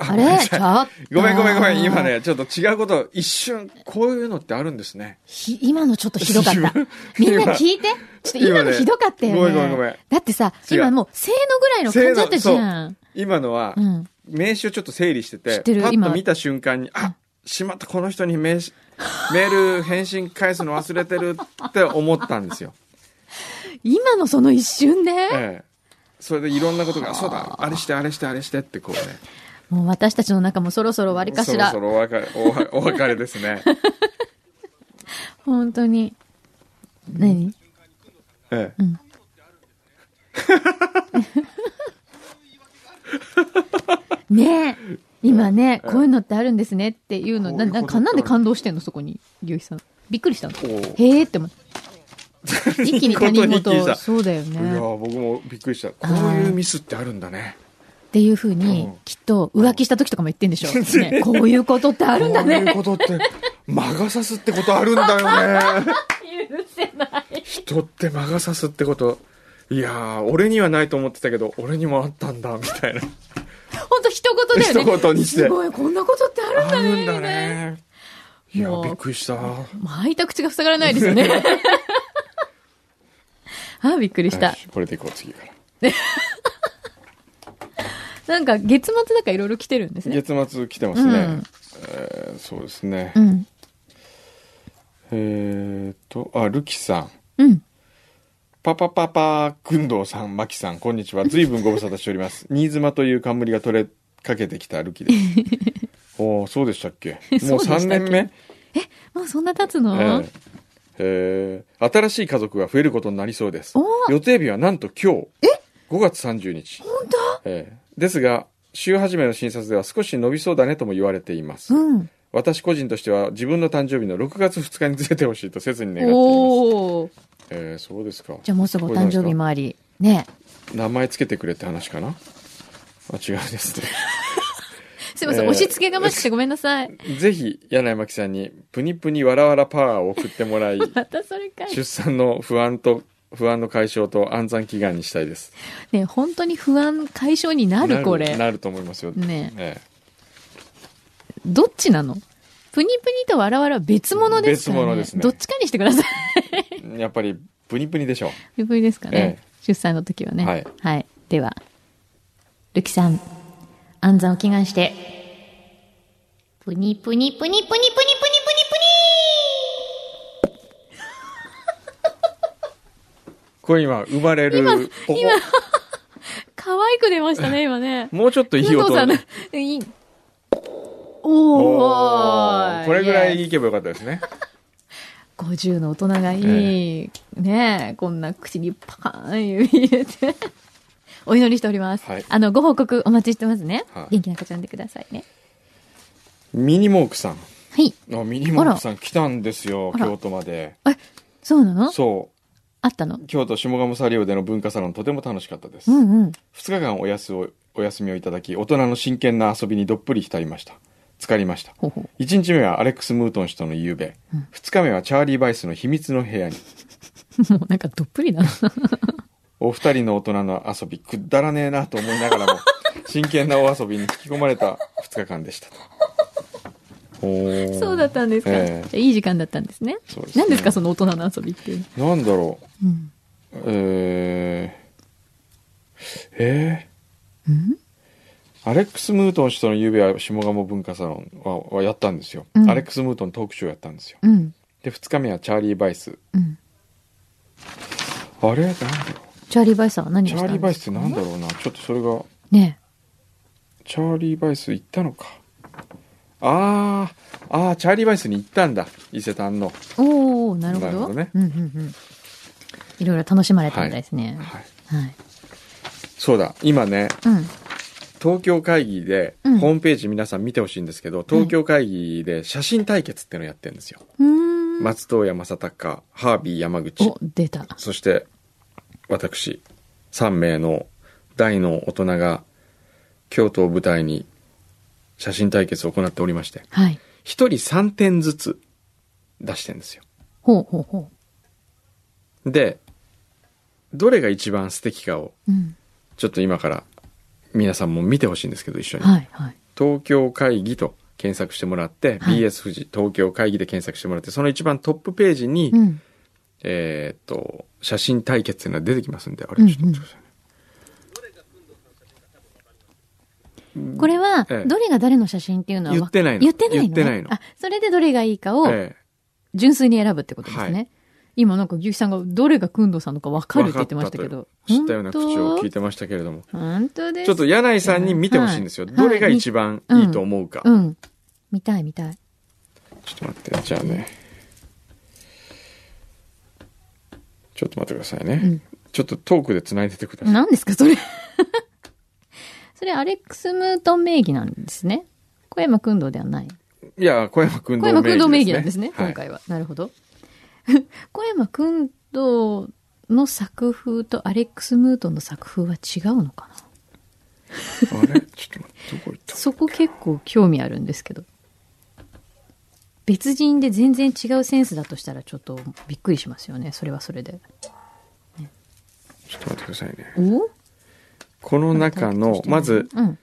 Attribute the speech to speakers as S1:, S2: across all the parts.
S1: あれちょっと。
S2: ごめんごめんごめん。今ね、ちょっと違うこと、一瞬、こういうのってあるんですね。
S1: ひ今のちょっとひど かった。みんな聞いて。ちょっと今のひどかったよね。
S2: ごめんごめんごめん
S1: だってさ、
S2: 違う
S1: 今もう、せーのぐらいの感じだったじゃん。
S2: 今のは
S1: う、ん。
S2: 名刺をちょっと整理して
S1: 知
S2: て、
S1: ってる
S2: パッ
S1: 今
S2: と見た瞬間に、あ、しまった、この人に名刺、 メール返信返すの忘れてるって思ったんですよ。
S1: 今のその一瞬ね。
S2: ええ。それでいろんなことが、そうだ、あれして、あれして、あれしてってこうね。
S1: もう私たちの中もそろそろ終わりかしら。
S2: そろそろお別れ、おわお 別れですね。
S1: 本当に。何
S2: ええ。
S1: んねえ。今ね、こういうのってあるんですねっていうの、
S2: こう
S1: な
S2: いうこ
S1: な
S2: とってある
S1: なんで感動してんのそこに、ゆうひさん。びっくりしたの。
S2: おう
S1: へえって思って。一気に他人
S2: 一気に
S1: 事
S2: さ
S1: そうだよ
S2: いや
S1: ね。っ
S2: ー僕もびっくりした。こういうミスってあるんだね。
S1: ていうふうに
S2: うん、
S1: きっと浮気した時とかも言ってんでしょ。 ね、こういうことってあるんだね。
S2: こういうことって、魔が差すってことあるんだよね。
S1: 許せない。
S2: 人って魔が差すってこと。いやー、俺にはないと思ってたけど、俺にもあったんだ、みたいな。
S1: ほんと一言だよね。
S2: 一言にして
S1: すごい、こんなことってあるん
S2: あ
S1: だね。
S2: るんだね。いや
S1: も
S2: ー、
S1: う
S2: びっくりした。
S1: もう開いた口が塞がらないですよ ね。あーびっくりした
S2: よ。しこれでいこう、次から。
S1: なんか月末だからいろいろ来てるんですね。
S2: 月末来てますね。
S1: うん
S2: えーそうですね。
S1: うん。
S2: えーっと、あ、ルキさん。
S1: うん。
S2: パパパパ、くんどうさん、まきさん、こんにちは。ずいぶんご無沙汰してお ります。新妻という冠が取れかけてきた歩きです。おお、そうでしたっけもう
S1: そうでしたっけ
S2: 3年目
S1: もうそんな経つの、
S2: えええー新しい家族が増えることになりそうです
S1: おー。
S2: 予定日はなんと今日。え ?5 月30日。
S1: 本当
S2: えーですが、週始めの診察では少し伸びそうだねとも言われています。
S1: うん。
S2: 私個人としては自分の誕生日の6月2日にずれてほしいと切に願っています。
S1: おお。
S2: えーそうですか。
S1: じゃあもうすぐお誕生日もあり。ね
S2: 名前つけてくれって話かなあ違うですね
S1: すいません、
S2: えー
S1: 押し付けがましくてごめんなさい。
S2: ぜひ柳井真紀さんにプニプニわらわらパワーを送って もらい
S1: またそれかい。
S2: 出産の不安と不安の解消と安産祈願にしたいです
S1: ね本当に不安解消になるこれ。
S2: なると思いますよ
S1: ね
S2: え
S1: どっちなのプニプニとわらわらは別物ですから、ね。
S2: 別物ですね
S1: どっちかにしてください。
S2: えやっぱりプニプニでしょ
S1: プニプニですかね
S2: え。
S1: 出産の時はね。
S2: はい
S1: では、ルキさん、安産を祈願して、プニプニプニプニプニプニプニ
S2: これ今生まれるポコ
S1: プニ可愛く出ましたね、今ね。
S2: もうちょっと いい
S1: 工
S2: 音
S1: 藤さんの、 いい。おー
S2: おーこれぐらい
S1: や
S2: いけばよかったですね
S1: 50の大人がいい、ねえこんな口にパカーン指入れて お祈りしております、
S2: はい
S1: あのご報告お待ちしてますね、
S2: はい
S1: 元気な赤ちゃんでくださいね
S2: ミニモークさん
S1: はい
S2: あミニモークさん来たんですよ
S1: あら
S2: 京都まで
S1: えそうなの
S2: そ
S1: あったの
S2: う京都下鴨サリオでの文化サロンとても楽しかったです、
S1: うんうん
S2: 2日間おやすをお休みをいただき大人の真剣な遊びにどっぷり浸りました浸かりました
S1: ほうほう
S2: 1日目はアレックス・ムートン氏との夕べ、2日目はチャーリー・バイスの秘密の部屋に
S1: もう なんかどっぷりだな。
S2: お二人の大人の遊びくだらねえなと思いなが らも真剣なお遊びに引き込まれた2日間でした
S1: そうだったんですか。
S2: え
S1: じ
S2: え
S1: ゃあいい時間だったんですね。
S2: そうですね
S1: 何ですか、その大人の遊びっていうの。
S2: たなんだろ
S1: うん。
S2: うえー、えー
S1: うん
S2: アレックス・ムートン氏との夕べは下鴨文化サロンははやったんですよ、
S1: うん
S2: アレックス・ムートントークショーやったんですよ
S1: うん。
S2: で2日目はチャーリー・バイス
S1: うん。
S2: あれなんだろ
S1: チャーリー・バイスさんは
S2: う
S1: 何
S2: チ
S1: をし
S2: ャ
S1: たんですか
S2: ーリー・バイスってなんだろうなちょっとそれが
S1: ね
S2: チャーリー・バイス行ったのかあーあーチャーリー・バイスに行ったんだ伊勢丹の、
S1: え。おおなるほど。
S2: なるほどね
S1: うんうんうん。いろいろ楽しまれたみたいですね。
S2: はい、
S1: はい。
S2: そうだ今ね
S1: うん。
S2: 東京会議で
S1: うん
S2: ホームページ皆さん見てほしいんですけど、東京会議で写真対決ってのやってるんですよ、
S1: うーん。
S2: 松任谷正隆ハービー山口
S1: お、出た。
S2: そして私3名の大の大人が京都を舞台に写真対決を行っておりまして
S1: はい。
S2: 一人3点ずつ出してんですよ。
S1: ほうほうほ
S2: で、どれが一番素敵かを、
S1: う。うん。
S2: ちょっと今から皆さんも見てほしいんですけど、一緒に。
S1: はいはい。
S2: 東京会議と検索してもらって、
S1: はい
S2: BS 富士東京会議で検索してもらって、その一番トップページに、
S1: うん。
S2: えーっと、写真対決っていうのが出てきますんで、あれちょっと待ってくださいね。
S1: これは、
S2: ええ
S1: どれが誰の写真っていうのはわ
S2: 言ってないの
S1: 言ってないのね
S2: 言ってないの
S1: あ、それでどれがいいかを
S2: え
S1: 純粋に選ぶってことですね。
S2: は
S1: 今なんか、牛さんがどれが工藤さんのか分かるって言ってましたけ
S2: わ
S1: ど
S2: か。ったという知ったような口調を聞い
S1: て。
S2: てましたけれども。
S1: 本当です。
S2: ちょっと柳井さんに見てほしいんですよ。
S1: はい
S2: どれが一番いいと思うか。
S1: うん。見たい見たい。
S2: ちょっと待って、じゃあね。ちょっと待ってくださいね。
S1: うん
S2: ちょっとトークで繋いでてください。
S1: 何ですか、それ。 それ、アレックス・ムートン名義なんですね。小山工藤ではない。
S2: いや、小山君
S1: 小
S2: の
S1: 山
S2: 名義ですね。
S1: 工藤名義なんですね、
S2: はい
S1: 今回は。なるほど。 小山工藤の作風とアレックス・ムートンの作風は違うのかな
S2: あれちょっと待って、どこ行った
S1: そこ結構興味あるんですけど。別人で全然違うセンスだとしたらちょっとびっくりしますよね。それはそれで。
S2: ちょっと待ってくださいね。
S1: お
S2: この中の、まず、
S1: うん。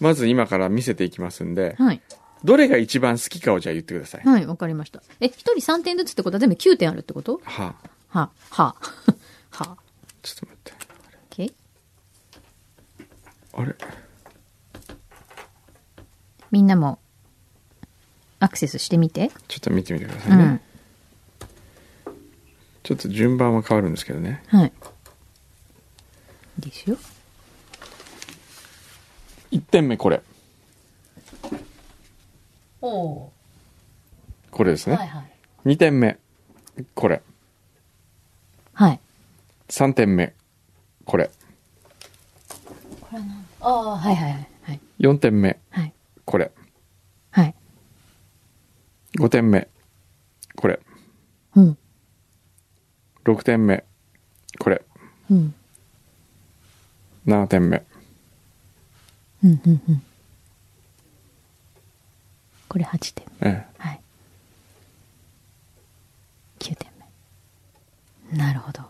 S2: まず今から見せていきますんで、
S1: はい。
S2: どれが一番好きかをじゃあ言ってください。
S1: はい、わかりました。え、一人3点ずつってことは全部9点あるってこと
S2: はあ、
S1: は、は、 は、
S2: ちょっと待って。
S1: OK?
S2: あれ
S1: みんなもアクセスしてみて。
S2: ちょっと見てみてくださ
S1: う
S2: いね。
S1: ん。
S2: ちょっと順番は変わるんですけどね。
S1: はい。いいですよ。
S2: 1点目これ。
S1: お
S2: これですね。
S1: はい。
S2: 2点目、これ。
S1: はい。
S2: 3点目、これ。
S1: ああ、はいはいはい。はい。
S2: 4点目、
S1: はい。
S2: これ。
S1: はい。
S2: 5点目、これ。
S1: うん。
S2: 6点目、これ。
S1: うん。
S2: 7点目。
S1: うん。うん。うん。これ8点
S2: ええ
S1: 目。はい。9点目。なるほど。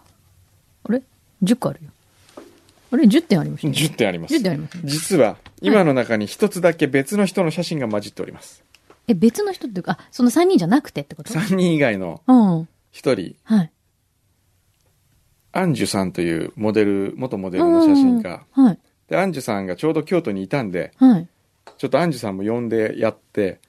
S1: あれ ?10 個あるよ。あれ ?10 点ありました、ね。
S2: 10点あります
S1: 10点ありますね
S2: 実は今の中に一つだけ別の人の写真が混じっております、
S1: え、別の人っていうか、あ、その3人じゃなくてってこと
S2: 3人以外の
S1: うん。
S2: 1人
S1: はい。
S2: アンジュさんというモデル元モデルの写真家
S1: うん。はい。
S2: でアンジュさんがちょうど京都にいたんで
S1: はい。
S2: ちょっとアンジュさんも呼んでやって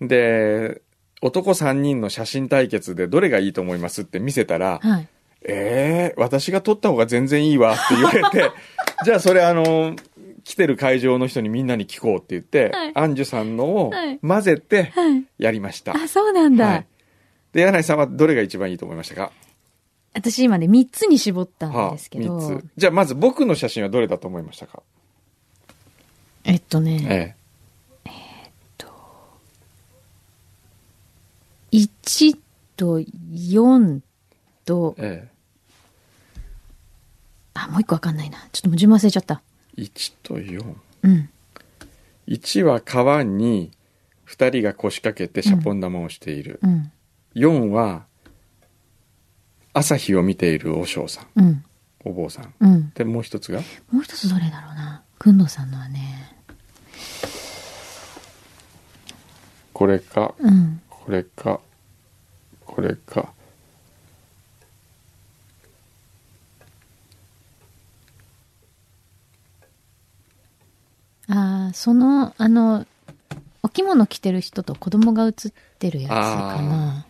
S2: で男3人の写真対決でどれがいいと思いますって見せたら
S1: はい。
S2: 「えー、私が撮った方が全然いいわ」って言われ てじゃあそれあの来てる会場の人にみんなに聞こうって言って、
S1: はい
S2: アンジュさんのを
S1: はい
S2: 混ぜて
S1: はい。
S2: やりました、
S1: あ、そうなんだ。
S2: はい、で柳井さんはどれが一番いいと思いましたか、
S1: 私今ね、3つに絞ったん
S2: はあ、
S1: ですけど、
S2: 3つじゃあまず僕の写真はどれだと思いましたか、
S1: えっとね、
S2: え
S1: 1と4と
S2: え、え
S1: あ、もう1個わかんないな。ちょっともう順番忘れちゃった。
S2: え、1と41
S1: うん。
S2: は川に2人が腰掛けてシャポン玉をしている、
S1: うん。
S2: 4は朝日を見ている和尚さん
S1: うん。
S2: お坊さん
S1: うん。
S2: でもう一つが
S1: もう一つどれだろうな。くんのさんのはね、
S2: これか
S1: うん。
S2: これかこれか
S1: あーその、あの、お着物着てる人と子供が写ってるやつかな。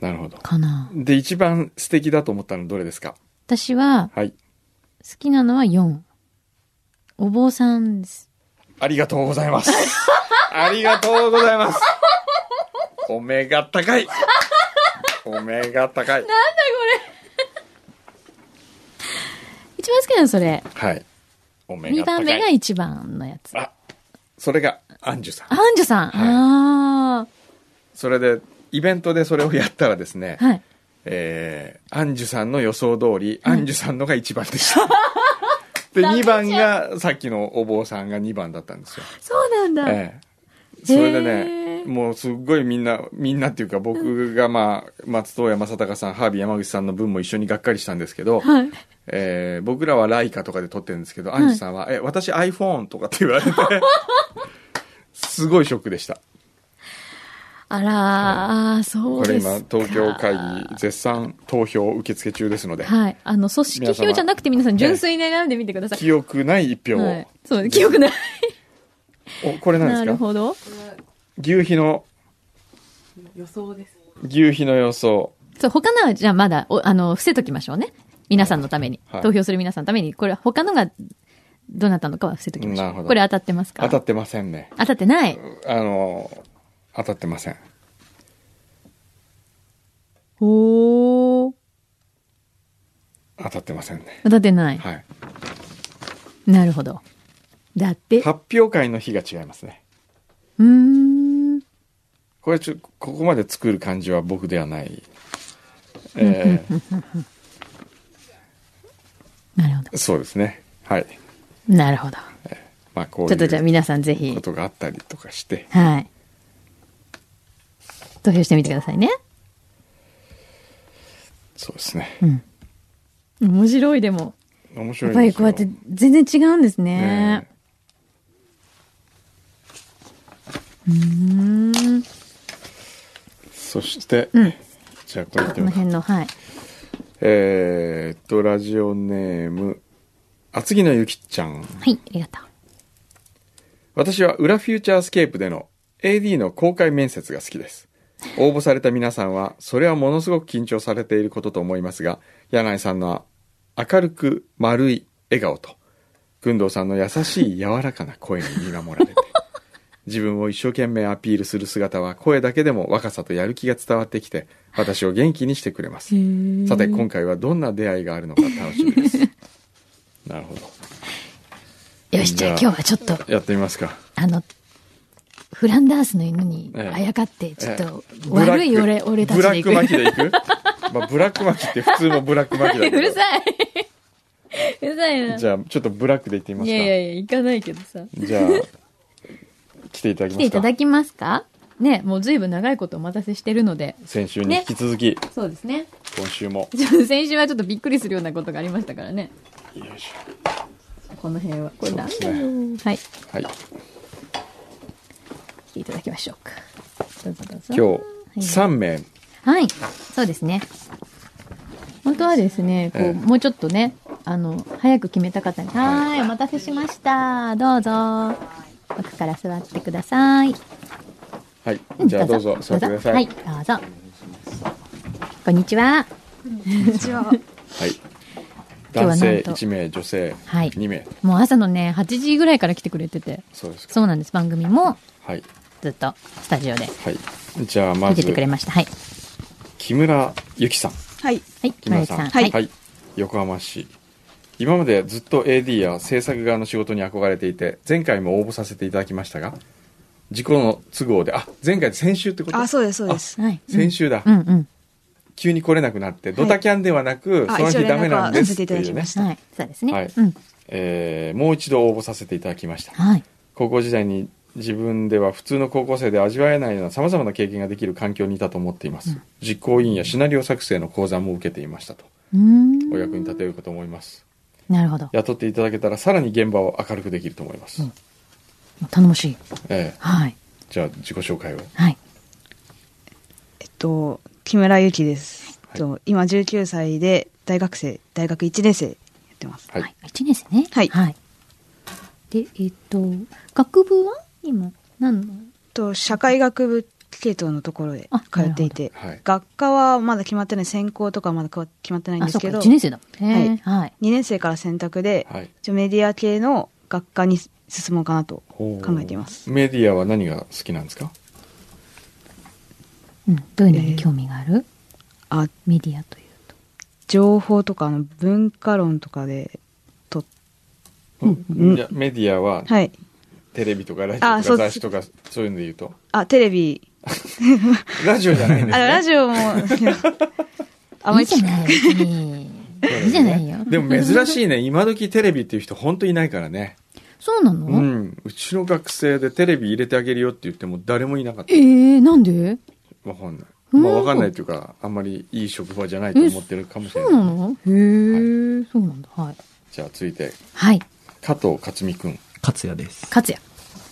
S2: なるほど
S1: かな。
S2: で一番素敵だと思ったのどれですか
S1: 私は、
S2: はい
S1: 好きなのは4。お坊さんです。
S2: ありがとうございます。ありがとうございます。お目が高い。お目が高い。
S1: 一番好きなのそれ。
S2: はい。お目
S1: 2
S2: が
S1: 番
S2: 高
S1: 目が
S2: い。
S1: 一番のやつ。
S2: あ、それがアンジュさん
S1: ア。ンジュさん、
S2: はい
S1: あ
S2: それで、イベントでそれをやったらですね、
S1: あ。はい。
S2: えー、アンジュさんの予想通り、アンジュさんのが1番で した。で、
S1: ダメ
S2: 2
S1: じゃん
S2: 番が、さっきのお坊さんが2番だったんですよ。
S1: そうなんだ。
S2: ええそれでね、
S1: へ
S2: もうすっごいみんな、みんなっていうか僕がまあ、松任谷正隆さん、ハービー山口さんの分も一緒にがっかりしたんですけど、
S1: はい。
S2: えー僕らはライカとかで撮ってるんですけど、アンジュさんは、え、私 iPhone とかって言 われて、すごいショックでした。
S1: あらー、そう
S2: これ
S1: です
S2: 今、
S1: か。
S2: 東京会議絶賛投票受付中ですので、
S1: はい。あの、組織票じゃなくて皆さん純粋に選んでみてください。
S2: 記憶ない一票を、
S1: はい。そう、記憶ない。
S2: お、これな
S1: なん
S2: で
S1: る
S2: すか
S1: ほど。
S2: 牛皮の、
S3: 予想です。
S2: 牛皮の予想。
S1: そう、他のはじゃあまだ、おあの、伏せときましょうね。皆さんのために。
S2: はい
S1: 投票する皆さんのために。これは他のが、どなたのかは伏せときまし
S2: な
S1: ょ
S2: るほ
S1: う。
S2: ど
S1: これ当たってますか
S2: 当たってませんね。
S1: 当たってない。
S2: あの、当たってません。
S1: おー。
S2: 当たってませんね。
S1: 当たってない。
S2: はい。
S1: なるほど。だって、う
S2: 発表会の日が違いますね。
S1: ーん。
S2: これちょ、ここまで作る感じは僕ではない。え ー
S1: なるほど。
S2: そうですね。はい。
S1: なるほど。
S2: まあ、こう
S1: ちょっとじゃあ
S2: いう
S1: 皆さんぜひ
S2: こ、とがあったりとかして。
S1: はい。投票してみてくださいね。
S2: そうですね。
S1: 面白いでも。
S2: 面白
S1: や
S2: い
S1: っ
S2: です
S1: ぱ
S2: よ
S1: りこうやって全然違うんですね
S2: ね。そして、
S1: うん
S2: じゃあこれ
S1: こ
S2: いってみ
S1: の
S2: ようか
S1: 辺の、はい。
S2: えーっと、ラジオネーム、厚木のゆきちゃ
S1: は
S2: ん。
S1: い、ありがとう。
S2: 私は裏フューチャースケープでの AD の公開面接が好きです。応募された皆さんは、それはものすごく緊張されていることと思いますが、柳井さんの明るく丸い笑顔と、群藤さんの優しい柔らかな声に見守られて、自分を一生懸命アピールする姿は声だけでも若さとやる気が伝わってきて、私を元気にしてくれます。さて、今回はどんな出会いがあるのか楽しみです。なるほど。
S1: よし、じゃあ
S2: じゃ
S1: 今
S2: あ
S1: 日はちょっと、
S2: やってみますか。
S1: あの、フランダースの犬に
S2: ええ
S1: あやかって、ちょっと、
S2: ブラック
S1: 悪い俺、俺たちで行く。
S2: ブラック巻きで行く まあ、ブラック巻きって普通もブラック巻きだけ ど
S1: うるさい。うるさいな。
S2: じゃあちょっとブラックで行ってみま
S1: い
S2: すか
S1: やいやいや、行かないけどさ。
S2: じゃあ来ていただ
S1: 来
S2: きま
S1: て
S2: す
S1: い
S2: か
S1: ただきますかね、もう随分長いことお待たせしてるので。
S2: 先週に引き続き、
S1: そうですね。
S2: 今週も
S1: ちょっと先週はちょっとびっくりするようなことがありましたからね。
S2: よいし
S1: この辺は。これなんだ
S2: そ
S1: よ。
S2: う
S1: はい。
S2: ょはい
S1: 来ていただきましょうか。どうぞどうぞ
S2: 今日
S1: はい
S2: 3名
S1: はい。そうですね。本当はですね、こう、
S2: ええ
S1: もうちょっとね、あの、早く決めた方に、
S2: はい
S1: はーい、お待たせしました。どうぞ。奥から座ってください。
S2: はい
S1: ん
S2: じゃあどうぞ座ってください
S1: はい、どうぞ。こんにちは。
S2: はい
S1: 今日はな
S2: 男
S1: んと
S2: 性1名女性
S1: はい
S2: 2名
S1: もう朝のね、8時ぐらいから来てくれてて、
S2: そうですか
S1: そうなんです。番組も
S2: はい
S1: ずっとスタジオで
S2: はいじゃあま
S1: 見
S2: ず
S1: ててくれました。はい。
S2: 木村ゆきさん
S3: はい。
S1: はい、
S2: 木村さん
S1: 村井
S3: はい
S2: はい、横浜市今までずっと AD や制作側の仕事に憧れていて前回も応募させていただきましたが自己の都合であ前回先週ってこと
S3: あ、そうです、そうです。
S1: はい。
S2: 先週だ、
S1: うんうん。
S2: 急に来れなくなって、ドタキャンではなく
S3: あ
S2: その日ダメなんですって
S3: 一応
S2: い
S3: 連絡はさせていただき
S2: う
S3: ま
S2: ね
S3: し、
S1: はい。そうですね。
S2: はい
S1: うん。
S2: えーもう一度応募させていただきました
S1: はい。
S2: 高校時代に自分では普通の高校生で味わえないようなさまざまな経験ができる環境にいたと思っています、実行委員やシナリオ作成の講座も受けていましたと
S1: うーん。
S2: お役に立てるかと思います
S1: なるほど。
S2: 雇っていただけたらさらに現場を明るくできると思います、
S1: うん頼もしい。
S2: ええ
S1: はい。
S2: じゃあ自己紹介を
S1: はい。
S3: えっと、木村ゆきです。えっと、今19歳で大学生、大学1年生やってます。
S2: はい、
S1: はい。一年生ね。
S3: はい
S1: で、えっ、と、学部は今、何の
S3: えっと、社会学部系統のところで
S1: あ
S3: 通っていて、
S2: はい
S3: 学科はまだ決まってない、専攻とかまだ決まってないん
S1: あ、
S3: で
S1: そ
S3: す
S1: う
S3: け
S1: か、
S3: ど、
S1: 一年生だもんね。はい。
S3: 2年生から選択で、
S2: はい
S3: 一応メディア系の学科に進もうかなと考えています。
S2: メディアは何が好きなんですか
S1: うん。どういうの
S3: え
S1: に
S3: ー
S1: 興味がある、
S3: あ
S1: メディアというと。
S3: 情報とかあの文化論とかでとっ
S2: いやメディアは
S3: はい
S2: テレビとかラジオ
S3: あそ
S2: とか
S3: う
S2: 雑誌とかそういうので言うと
S3: あテレビ
S2: ラジオじゃないん
S3: あ
S2: ですね
S3: ラジオもあ
S1: いいじゃない、別に。いいじゃないよ。
S2: でも珍しいね今時テレビっていう人本当いないからね
S1: そうなの、
S2: うん、うちの学生でテレビ入れてあげるよって言っても誰もいなかった
S1: えー、なんで
S2: わかんない、
S1: うん
S2: まあ、わかんないというかあんまりいい職場じゃないと思ってるかもしれ
S1: そ
S2: な
S1: う
S2: い、
S1: なのへえ、そうなんだ。はい。
S2: じゃあ続いて
S1: はい。
S2: 加藤克美君
S4: 勝也です。
S1: 勝也。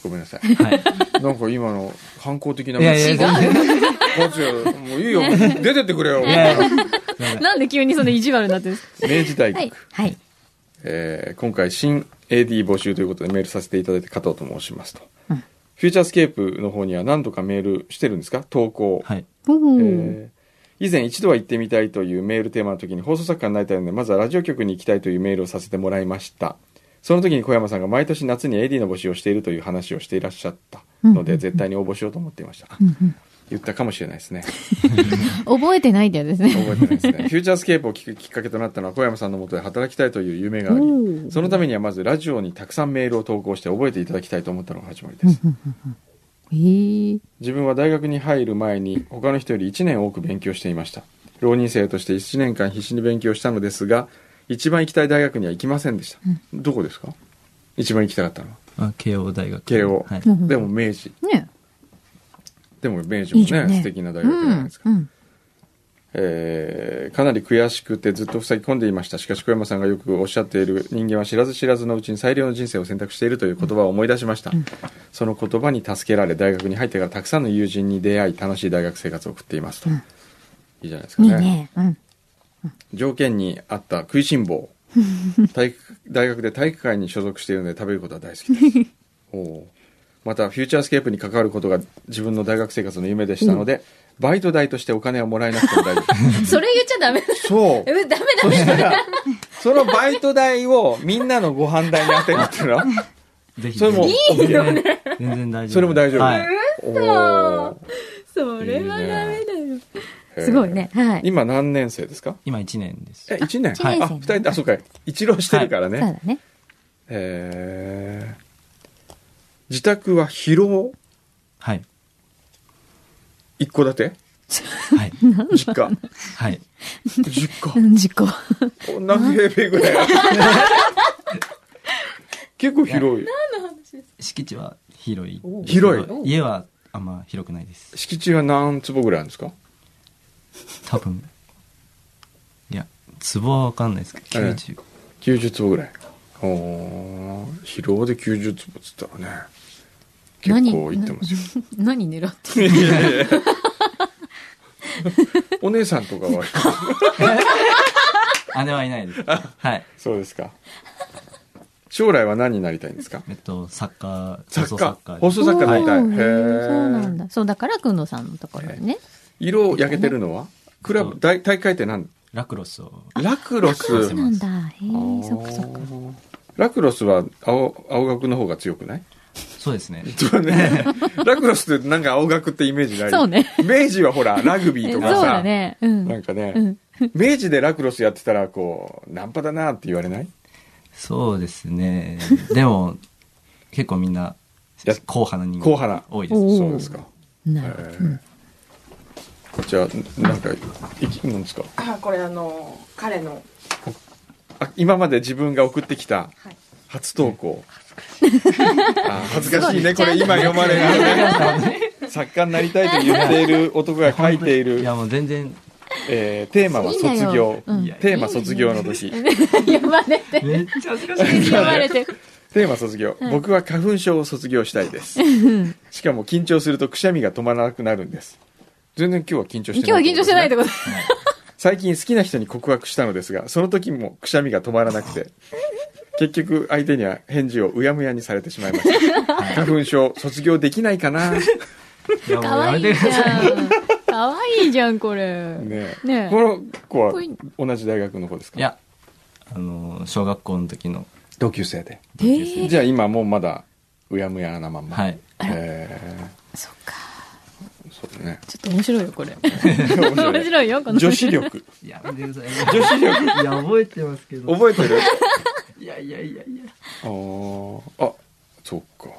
S2: ごめんなさい
S4: はい。
S2: なんか今の反抗的ない
S4: やいや違
S2: 勝也もういいよ出てってくれよ
S4: いやいや
S1: なんで急にその意地悪になってるんです
S2: 明治大
S1: か
S2: 学、
S1: はい。はい。
S2: えー今回新 AD 募集ということでメールさせていただいて加藤と申しますと、
S1: うん
S2: フューチャースケープの方には何度かメールしてるんですか投稿、
S4: はい。
S1: おお、
S2: えー以前一度は行ってみたいというメールテーマの時に放送作家になりたいのでまずはラジオ局に行きたいというメールをさせてもらいましたその時に小山さんが毎年夏に AD の募集をしているという話をしていらっしゃったの
S1: う
S2: で、
S1: ん
S2: 絶対に応募しようと思っていました、
S1: うんうん
S2: 言ったかもしれないですね
S1: 覚えてないんだよですね。
S2: 覚えてない ですねフューチャースケープを聞くきっかけとなったのは小山さんのもとで働きたいという夢があ
S1: お
S2: り
S1: う
S2: そのためにはまずラジオにたくさんメールを投稿して覚えていただきたいと思ったのが始まりです
S1: えー、
S2: 自分は大学に入る前に他の人より1年多く勉強していました浪人生として1年間必死に勉強したのですが一番行きたい大学には行きませんでした、どこですか一番行きたかったのは
S4: あ慶応大学。
S2: 慶応、
S4: はい。
S1: ん
S2: でも明治
S1: ね
S2: でも明治
S1: い
S2: も
S1: いじゃ
S2: ね
S1: んね。
S2: 素敵な大学じゃないですか、
S1: うんうん
S2: えーかなり悔しくてずっと塞ぎ込んでいましたしかし小山さんがよくおっしゃっている人間は知らず知らずのうちに最良の人生を選択しているという言葉を思い出しました、その言葉に助けられ大学に入ってからたくさんの友人に出会い楽しい大学生活を送っていますと、いいじゃないですか
S1: いい
S2: ね
S1: ね。うん。
S2: 条件に合った食いし ん坊体育大学で体育会に所属しているので食べることは大好きです おうまたフューチャースケープに関わることが自分の大学生活の夢でしたので、バイト代としてお金はもらえなくても大丈夫です
S1: それ言っちゃダメだ。
S2: そう
S1: えダメだ
S2: そしたら、そのバイト代をみんなのご飯代に当てるっていうのは、
S4: ぜひ。
S2: それも、
S4: 全然全然大丈夫。
S2: それも大丈夫。
S4: はい。
S2: おー
S1: そ
S2: れはダメ
S1: だよ。
S2: へ ー
S1: すごいね。はい。
S2: 今何年生ですか
S4: 今1年です。
S2: え、1年
S1: 一年生
S2: あ、2人、あ、そうか。一浪してるからね。
S1: そうだね。
S2: えー自宅は広尾
S4: はい。
S2: 一戸建
S4: はい。
S2: て 実家。
S4: はい。
S2: 実家。
S1: 何時か。
S2: こんな平米 ぐらいある。結構広い。
S4: 敷地は広い。
S2: 広い
S4: けど家はあんま広くないです。
S2: 敷地は何坪ぐらいあるんですか
S4: 多分。いや、壺はわかんないですけど、
S2: ええ
S4: 90。
S2: 90坪ぐらいおー広尾で90坪っつったらね結
S1: 何
S2: 構いってますよ
S1: 何狙って
S2: いや いやいやお姉さんとかは
S4: 姉はいな いです。はい。
S2: そうですか将来は何になりたいんですか
S4: えっと、サッカー、
S2: 作家
S4: 放
S2: 放
S4: 送
S2: 送作家になりたい
S1: おーそうな
S2: へ
S1: ん
S2: え
S1: だ。そう、だから、くんのさんのところにね。
S2: 色焼けてるのはクラブ大大会って何
S4: ラクロスを。
S2: ラクロ
S4: そう
S2: ス
S1: そうなんだ。へえ
S2: あ、ー
S1: そっかそっか。
S2: ラクロスは青青学の方が強くない
S4: そうですね。
S2: そう ねラクロスってなんか青学ってイメージない
S1: そうね
S2: 明治はほらラグビー
S1: そ
S2: と
S1: う
S2: かさ
S1: だね。う
S2: なん
S1: ん。
S2: かね、
S1: うん
S2: 明治でラクロスやってたらこうナンパだなって言われない
S4: そうですね。でも、結構みんな、
S2: いや
S4: 硬派な人
S2: 硬派な
S4: が多いで
S1: お
S4: す。
S1: ー
S2: そうですか、
S1: な
S2: え
S1: るほど。
S2: ーじゃあなんかいきなんですか
S5: あこれあの彼の
S2: あ今まで自分が送ってきた
S5: はい
S2: 初投稿、あ恥ずかしいね
S1: す
S2: こ
S1: ご
S2: れ
S1: い
S2: 今読まれるね作家になりたいと言っている男が書いてい
S4: い
S2: る、
S4: や、もう全然、
S2: えーテーマは卒
S1: いいんだ
S2: 業
S1: よ、うん
S4: いや
S2: テーマ卒業の時
S1: 読まれて、
S4: めっちゃ恥ずかしい。
S1: 読ま れて。
S2: テーマ卒業、僕は花粉症を卒業した いですしかも緊張するとくしゃみが止まらなくなるんです全然今日は緊張して
S1: 今日は緊張してないってこと
S2: 最近好きな人に告白したのですがその時もくしゃみが止まらな くて結局相手には返事をうやむやにされてしまいました 花粉症卒業できないかなね
S4: いや、も
S1: か
S4: うや
S1: わ
S4: め
S1: いい
S4: てく
S1: じ
S4: ださい。
S1: ゃん。かわいいじゃん、これ。
S2: え
S1: ねえ
S2: この子は
S1: こい
S2: 同じ大学の子ですか
S4: いや、あの、小学校の時の、
S2: 同級生で
S1: えー
S2: じゃあ今もうまだうやむやなまんま
S4: はい。
S2: え
S1: そっか。
S2: ーそうだね
S1: ちょっと面白いよ、これ。
S2: 面
S1: 面白いよ、この。
S2: 女子力
S4: やめてください。
S2: 女子力
S4: いや、覚えてますけど。
S2: 覚えて る
S4: いやいやいやいや。
S2: あーあそっか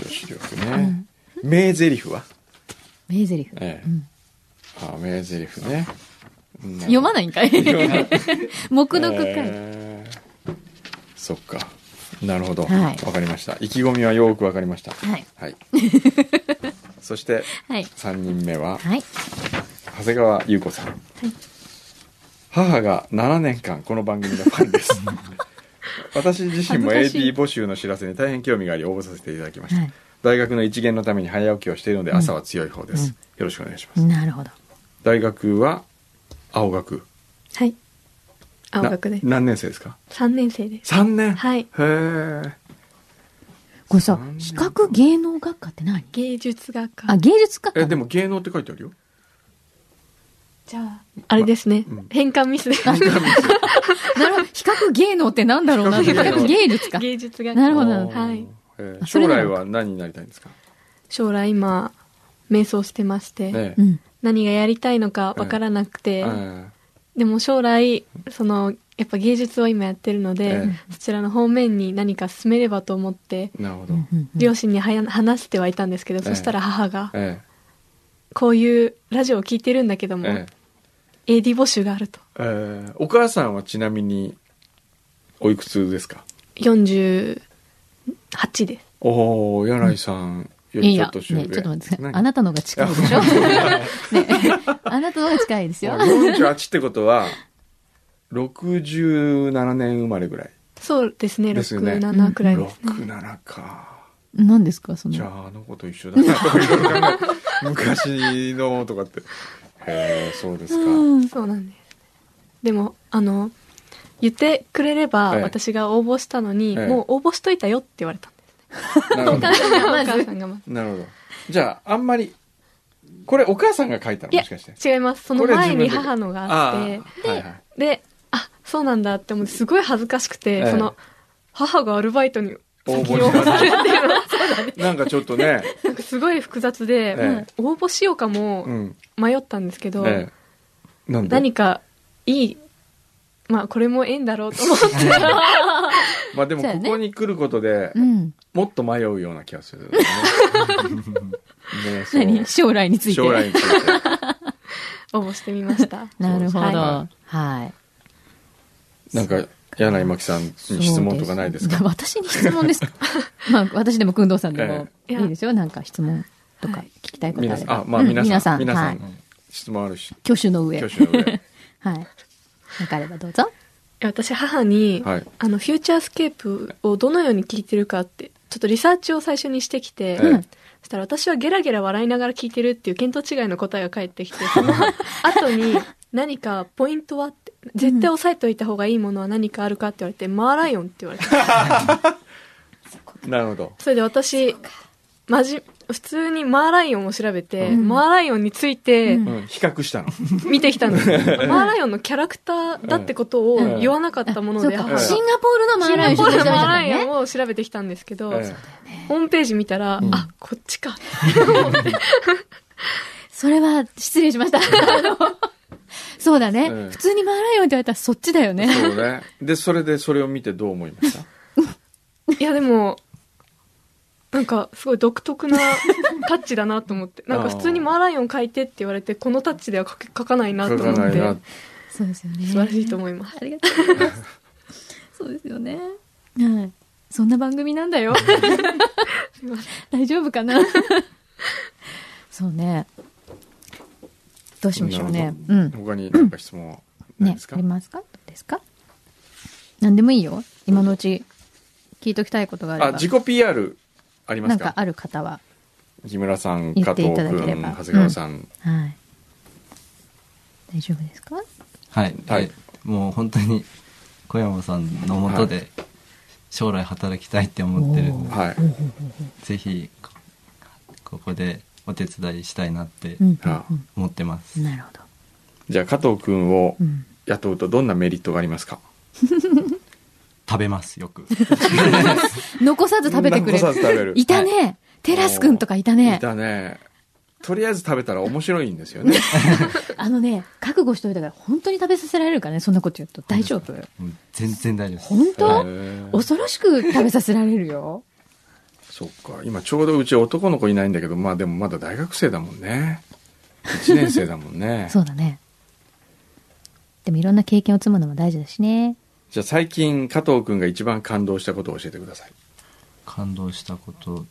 S2: 女子力ね、名台詞は
S1: 名台詞。
S2: ええ、ああ名台詞ね
S1: 読 まないんかい
S2: 読まない
S1: 黙読かい。
S2: えーそっかなるほど。わ、
S1: はい
S2: かりました。意気込みはよくわかりました。
S1: はい。
S2: はい。 そして、
S1: はい。
S2: 3人目は、
S1: はい。
S2: 長谷川優子さん。母が7年間この番組のファ ンです。私自身も
S1: 恥ずかしい
S2: AD 募集の知らせに大変興味があり応募させていただきました。
S1: はい
S2: 大学の一元のために早起きをしているので朝は強い方で
S1: うん
S2: す。よろしくお願いします。
S1: なるほど。
S2: 大学は青学。
S6: はい。青
S2: な
S6: 学で。
S2: 何年生ですか
S6: 3年生です。
S2: 3年
S6: はい
S2: へえ
S1: これさ
S2: 残、念
S1: 比較芸能学科って何
S6: 芸術学科。
S1: あ、芸術学科
S2: えでも芸能って書いて あるよ
S6: じゃあ、あれですね。
S2: うん
S6: 変換ミスです。
S1: なるほど。比較芸能ってなんだろうなって。
S2: 比
S1: 比
S2: 較
S1: 較
S2: 芸
S1: 芸術か。
S6: 芸術学科。
S1: なるほど
S2: あー
S6: はい
S2: へえ
S1: あそ
S2: 将
S1: れなの
S2: 来は何になりたいんですか
S6: 将来今、瞑想してまして、
S2: ね
S1: う
S2: え
S1: ん。
S6: 何がやりたいのかわからなくて、
S2: え
S6: でも将来、その、やっぱ芸術を今やってるので、
S2: え
S6: そちらの方面に何か進めればと思って、
S2: えなるほど
S1: うんうんうん
S6: 両親にはや話してはいたんですけど、
S2: え
S6: そしたら母が、
S2: え
S6: こういうラジオを聞いてるんだけど
S2: え
S6: も、
S2: え
S6: AD 募集があると。
S2: えええお母さんはちなみにおいくつですか
S6: 48です。
S2: おお柳井さんよ
S1: い
S2: り
S1: い
S2: ちょ
S1: や、
S2: っ
S1: ね、
S2: と
S1: ち
S2: 上
S1: ょっと待ってください。
S2: 何
S1: あなたのが近いでしょ ね、あなたのが近いです よ。
S2: 48ってことは67年生まれぐらい
S6: そうですね、
S2: ですよね
S6: 67くらいですね。
S2: 67か
S1: 何ですかそ
S2: じゃ
S1: の。
S2: ああの子と一緒だなとかいろいろ考え昔のとかってへえそうですか、
S1: うん
S6: そうなんです。でも、あの、言ってくれれば、
S2: ええ
S6: 私が応募したのに、
S2: ええ
S6: もう応募しといたよって言われたんです。
S2: なるほど
S6: お 母さんがま
S2: なるほどじゃああんまりこれお母さんが書いたの
S6: いや
S2: もしかして
S6: ず違います。その
S2: これは自
S6: 前
S2: 分で
S6: に母のが
S2: ああ
S6: あって、
S2: はいはい
S6: で、あ、そうなんだって思って、すごい恥ずかしくて、
S2: ええ
S6: その、母がアルバイトに
S2: 応
S6: 先
S2: 募
S6: を
S2: し
S6: 押
S2: た
S6: されてるの、
S2: なんかちょっとね、
S6: なんかすごい複雑で、
S2: え
S6: もう応募しようかも
S2: うん、
S6: 迷ったんですけど、
S2: ええなんで
S6: 何かいい、まあこれも縁だろうと思って、
S2: まあでも
S1: そうや
S2: こ
S1: ね
S2: こに来ることで、
S1: うん。
S2: もっと迷うような気がするよねねそう
S1: 何将来について。
S2: 将来について
S6: 応募してみました。
S1: なるほど。
S2: は
S1: はい。
S2: なんか柳井真紀さんに質問とかないですか
S1: そう私に質問です かまあ、私でも、くんどうさんでも、
S6: ええ
S1: いいですよ。なんか質問とか聞きたいことあ
S2: 皆
S1: れ
S2: さん
S1: ば。
S2: あまあ
S1: うん
S2: 皆さん、皆さん
S1: はい。
S2: 質問あるし
S1: 挙手の上。
S2: 挙手 の上
S1: はい。なんかあればどうぞ。
S6: 私母に、
S2: はい
S6: あのフューチャースケープをどのように聞いてるかってちょっとリサーチを最初にしてきて、
S2: ええ
S6: そしたら私はゲラゲラ笑いながら聞いてるっていう見当違いの答えが返ってき てその後に何かポイントはって絶対押さえておいた方がいいものは何かあるかって言われて、マーライオンって言われて
S2: なるほど
S6: それで私まじ普通にマーライオンを調べて、
S1: うん
S6: マーライオンについて
S1: うん
S2: うん、比較したの。
S6: 見てきた んです、マーライオンのキャラクターだってことを言わなかったもの
S1: そう
S6: で、
S1: か
S6: 母が
S1: シンガポールのマ
S6: シ
S1: ー
S6: ン
S1: ライオン
S6: ガポールのマーライ
S1: ン。
S6: オンを調べてきたんですけど、
S2: え
S6: ホームページ見たら、あ、こっちか。
S1: それは、失礼し ました。あのそうだね、
S2: ええ
S1: 普通にマーライオンって言われたらそっちだよ
S2: え
S1: ね。
S2: そうね。で、それでそれを見てどう思いました
S6: いや、でも、なんか、すごい独特 なタッチだなと思って。なんか、普通にマーライオン書いてって言われて、このタッチでは書け書かな いなと
S2: 書
S6: 思
S2: か
S6: っ
S2: ない
S6: て、
S2: な。
S1: そうですよね。
S6: 素晴らしいと思います。
S1: ありがとうございます。そうですよね。はい。そんな番組なんだ よ。大丈夫かなそうね。どうしましょうね。う
S2: なる
S1: ん
S2: ほ。ど他に何か質問はない
S1: ね
S2: です、
S1: あ
S2: か、
S1: りますかどうですか何でもいいよ。今のうち、聞いときたいことがあれば。
S2: あ、自己 PR ありま
S1: な
S2: す
S1: ん
S2: か
S1: かある方は。
S2: 木村さん、
S1: 言
S2: 加
S1: って
S2: 藤
S1: い
S2: 君、
S1: ただければ
S2: 長谷川さん。
S1: はい。大丈夫ですか
S4: はい、
S2: はい
S4: えもう本当に小山さんのもとで将来働きたいって思ってるんで、
S2: はい。
S4: ぜひこここでお手伝いしたいなって
S1: うん。
S2: あ
S1: うん
S4: 思ってます、
S1: なるほど。
S2: じゃあ、加藤君を
S1: うん。
S2: 雇うとどんなメリットがありますか
S4: 食べますよく
S1: 残さず食べてくれ
S2: 残さず食べる
S1: る。いたね。テラスくんとかいたね
S2: い。たね。とりあえず食べたら面白いんです よね。
S1: あのね、覚悟しといたから、本当に食べさせられるからね、そんなこと言うと。大丈夫
S4: もう全然大丈夫です
S1: 本当、
S2: へえ
S1: 恐ろしく食べさせられるよ。
S2: そっか。今ちょうどうち男の子いないんだけど、まあでもまだ大学生だもんね。1 年生だもんね。
S1: そうだね。でもいろんな経験を積むのも大事だしね。
S2: じゃあ最近加藤君が一番感動したことを教えてください
S4: 感動したこと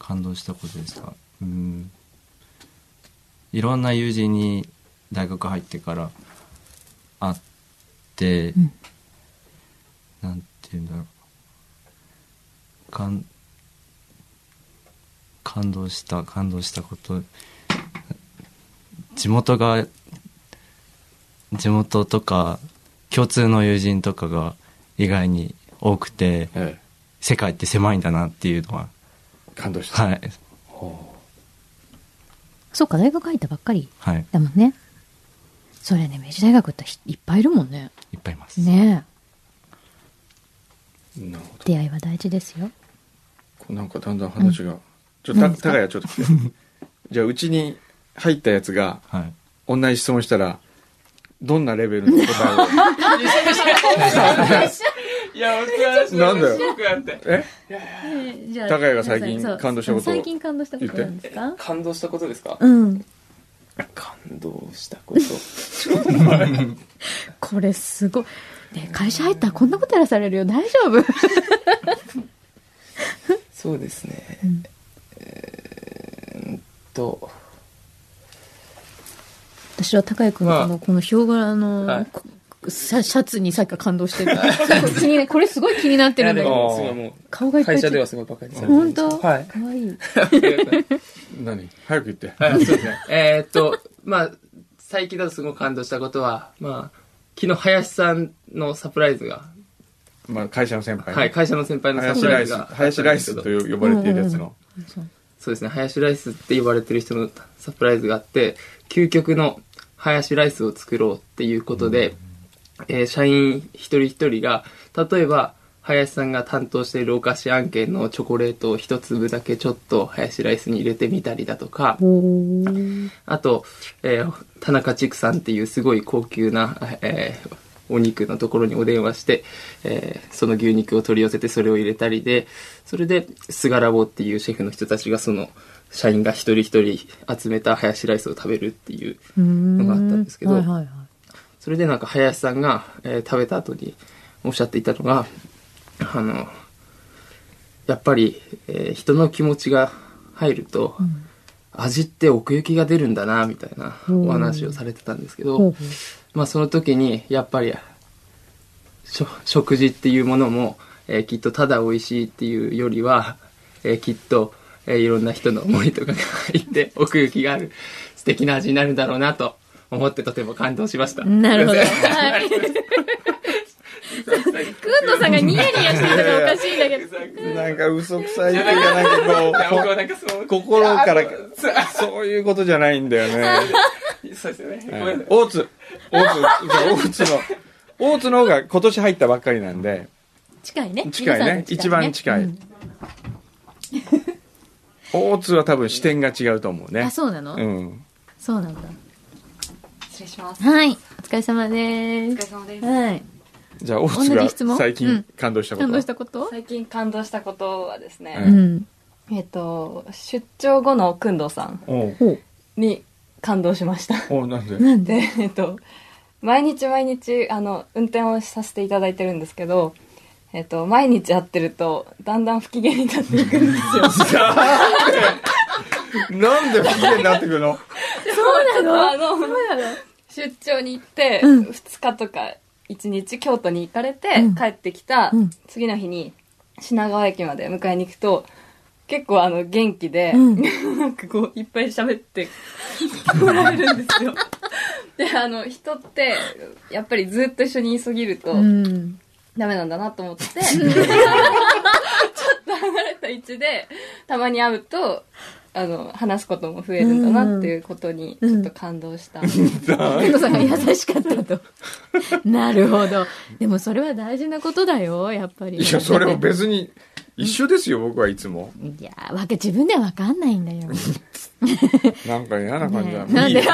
S4: 感動したことですかうんいろんな友人に大学入ってから会って、
S1: うん
S4: なんて言うんだろう感感動した感動したこと地元が地元とか共通の友人とかが意外に多くて
S2: え
S4: 世界って狭いんだなっていうのは
S2: え感動した、
S4: はい
S2: ほ
S1: そうか、大学入ったばっかり
S4: はい
S1: だもんね。それね、明治大学ってひいっぱいいるもんね。
S4: いっぱいいます、
S1: ね
S2: うなるほ
S1: え。出会いは大事ですよ。
S2: どなんかだんだん話が、ちょっと
S1: 何
S2: た
S1: ですか
S2: 高谷ちょっと来てじゃあうちに入ったやつが
S4: はい
S2: 同じ質問したらどんなレベルの答
S7: いや、僕は、
S2: えをなんだよ
S7: 僕はって。
S2: え
S1: じゃ
S2: あ高谷が最近感動したことを
S1: 最近感動したことなんですか
S7: 感動したことですか
S1: うん。
S7: 感動したこと。
S1: これすごい。ねえ会社入ったらこんなことやらされるよ。大丈夫
S7: そうですね。
S1: うん
S7: と、
S1: 私は高井君のこの、このヒョウ柄の、
S7: はい
S1: こシャシャツにさっきから感動してる。すごい気になこれすごい気になってるんだけ
S7: いやで
S1: ど。
S7: もすごいも、
S1: 顔がいうっぱい
S7: 会
S1: つい
S7: 社
S1: て
S7: で
S1: る
S7: はすごいバカにされてる
S1: 本当
S7: はい。
S1: かわいい。
S2: え何早く言って
S7: はい、そうですね。えーっと、まあ、最近だとすごい感動したことは、まあ、昨日林さんのサプライズが、
S2: まあ会社の先輩ね
S7: はい、会社の先輩のサ
S2: 林
S7: プ
S2: ラ
S7: ラ
S2: イ
S7: イ
S2: ス
S7: ズが、
S2: 林ライスと
S7: う。
S2: 呼ばれているやつの、
S7: そうですね、林ライスって呼ばれてる人のサプライズがあって、究極の林ライスを作ろうっていうことで、えー社員一人一人が、例えば、林さんが担当しているお菓子案件のチョコレートを一粒だけちょっと林ライスに入れてみたりだとか、あと、えー田中畜産っていうすごい高級な、えーお肉のところにお電話して、えーその牛肉を取り寄せてそれを入れたりで、それで、スガラボっていうシェフの人たちがその、社員が一人一人集めたハヤシライスを食べるっていう、
S1: の
S7: があったんですけど
S1: はいはいはい。
S7: それでなんか林さんが、えー食べた後におっしゃっていたのが、あの、やっぱり、えー人の気持ちが入ると、味って奥行きが出るんだな、みたいな
S1: うん
S7: お話をされてたんですけ
S1: ほう
S7: ど、
S1: ほう
S7: まあその時に、やっぱり、しょ食事っていうものも、えーきっとただ美味しいっていうよりは、えーきっと、えーいろんな人の思いとかが入って奥行きがある素敵な味になるんだろうなと思ってとても感動しました。
S1: なるほど。はい。くんとさんがニヤニヤしてるのがおかしいんだけど。
S2: なんか嘘くさいっていうかなんかこう
S7: 僕はなんかその、
S2: 心からそういうことじゃないんだよね
S7: そうですよね。ごめんなさい。
S2: 大津大津じゃあ大津の大津の方が今年入ったばっかりなんで
S1: 近いね。
S2: 近いね
S1: 皆さんと
S2: 一番近い
S1: うん
S2: 大津は多分視点が違うと思うね
S1: あ、そうなの
S2: うん
S1: そうなんだ。
S5: 失礼します。
S1: はい。お疲れ様で
S5: お疲れ
S1: す。
S5: 様です。
S1: はい。
S2: じゃあ大津
S1: 同じ質
S2: が
S1: 問
S2: 最
S1: う
S2: 近
S1: ん
S2: 感動したこと
S1: 感動したこと
S5: 最近感動したことはですね、
S1: うん。
S5: えっと、出張後のくんどさん
S2: おう
S1: ほう。
S5: に感動しました。
S2: おうなんで
S1: なんで
S5: で、えっと、毎日毎日、あの、運転をさせていただいてるんですけど、えっと、毎日会ってると、だんだん不機嫌になっていくんですよ。
S2: なんで不機嫌になってくるの
S5: そうなのあの、出張に行って、
S1: う
S5: 二
S1: ん
S5: 2日とか1日京都に行かれて、
S1: うん
S5: 帰ってきた
S1: うん
S5: 次の日に品川駅まで迎えに行くと、結構あの元気で、
S1: うん
S5: なんかこういっぱい喋ってもらえるんですよ。で、あの人って、やっぱりずっと一緒に急ぎると、
S1: うん。
S5: ダメなんだなと 思って、ちょっと離れた位置で、たまに会うと、あの、話すことも増えるんだなっていうことに、ちょっと感動した。
S1: くんとさんが優しかった と。なるほど。でもそれは大事なことだよ、やっぱり。
S2: いやそれも別に一緒ですよ僕はいつも
S1: いやーわけ、自分ではわかんないんだよ。
S2: なんか嫌な感じだ
S1: ねえなんで
S2: いい よ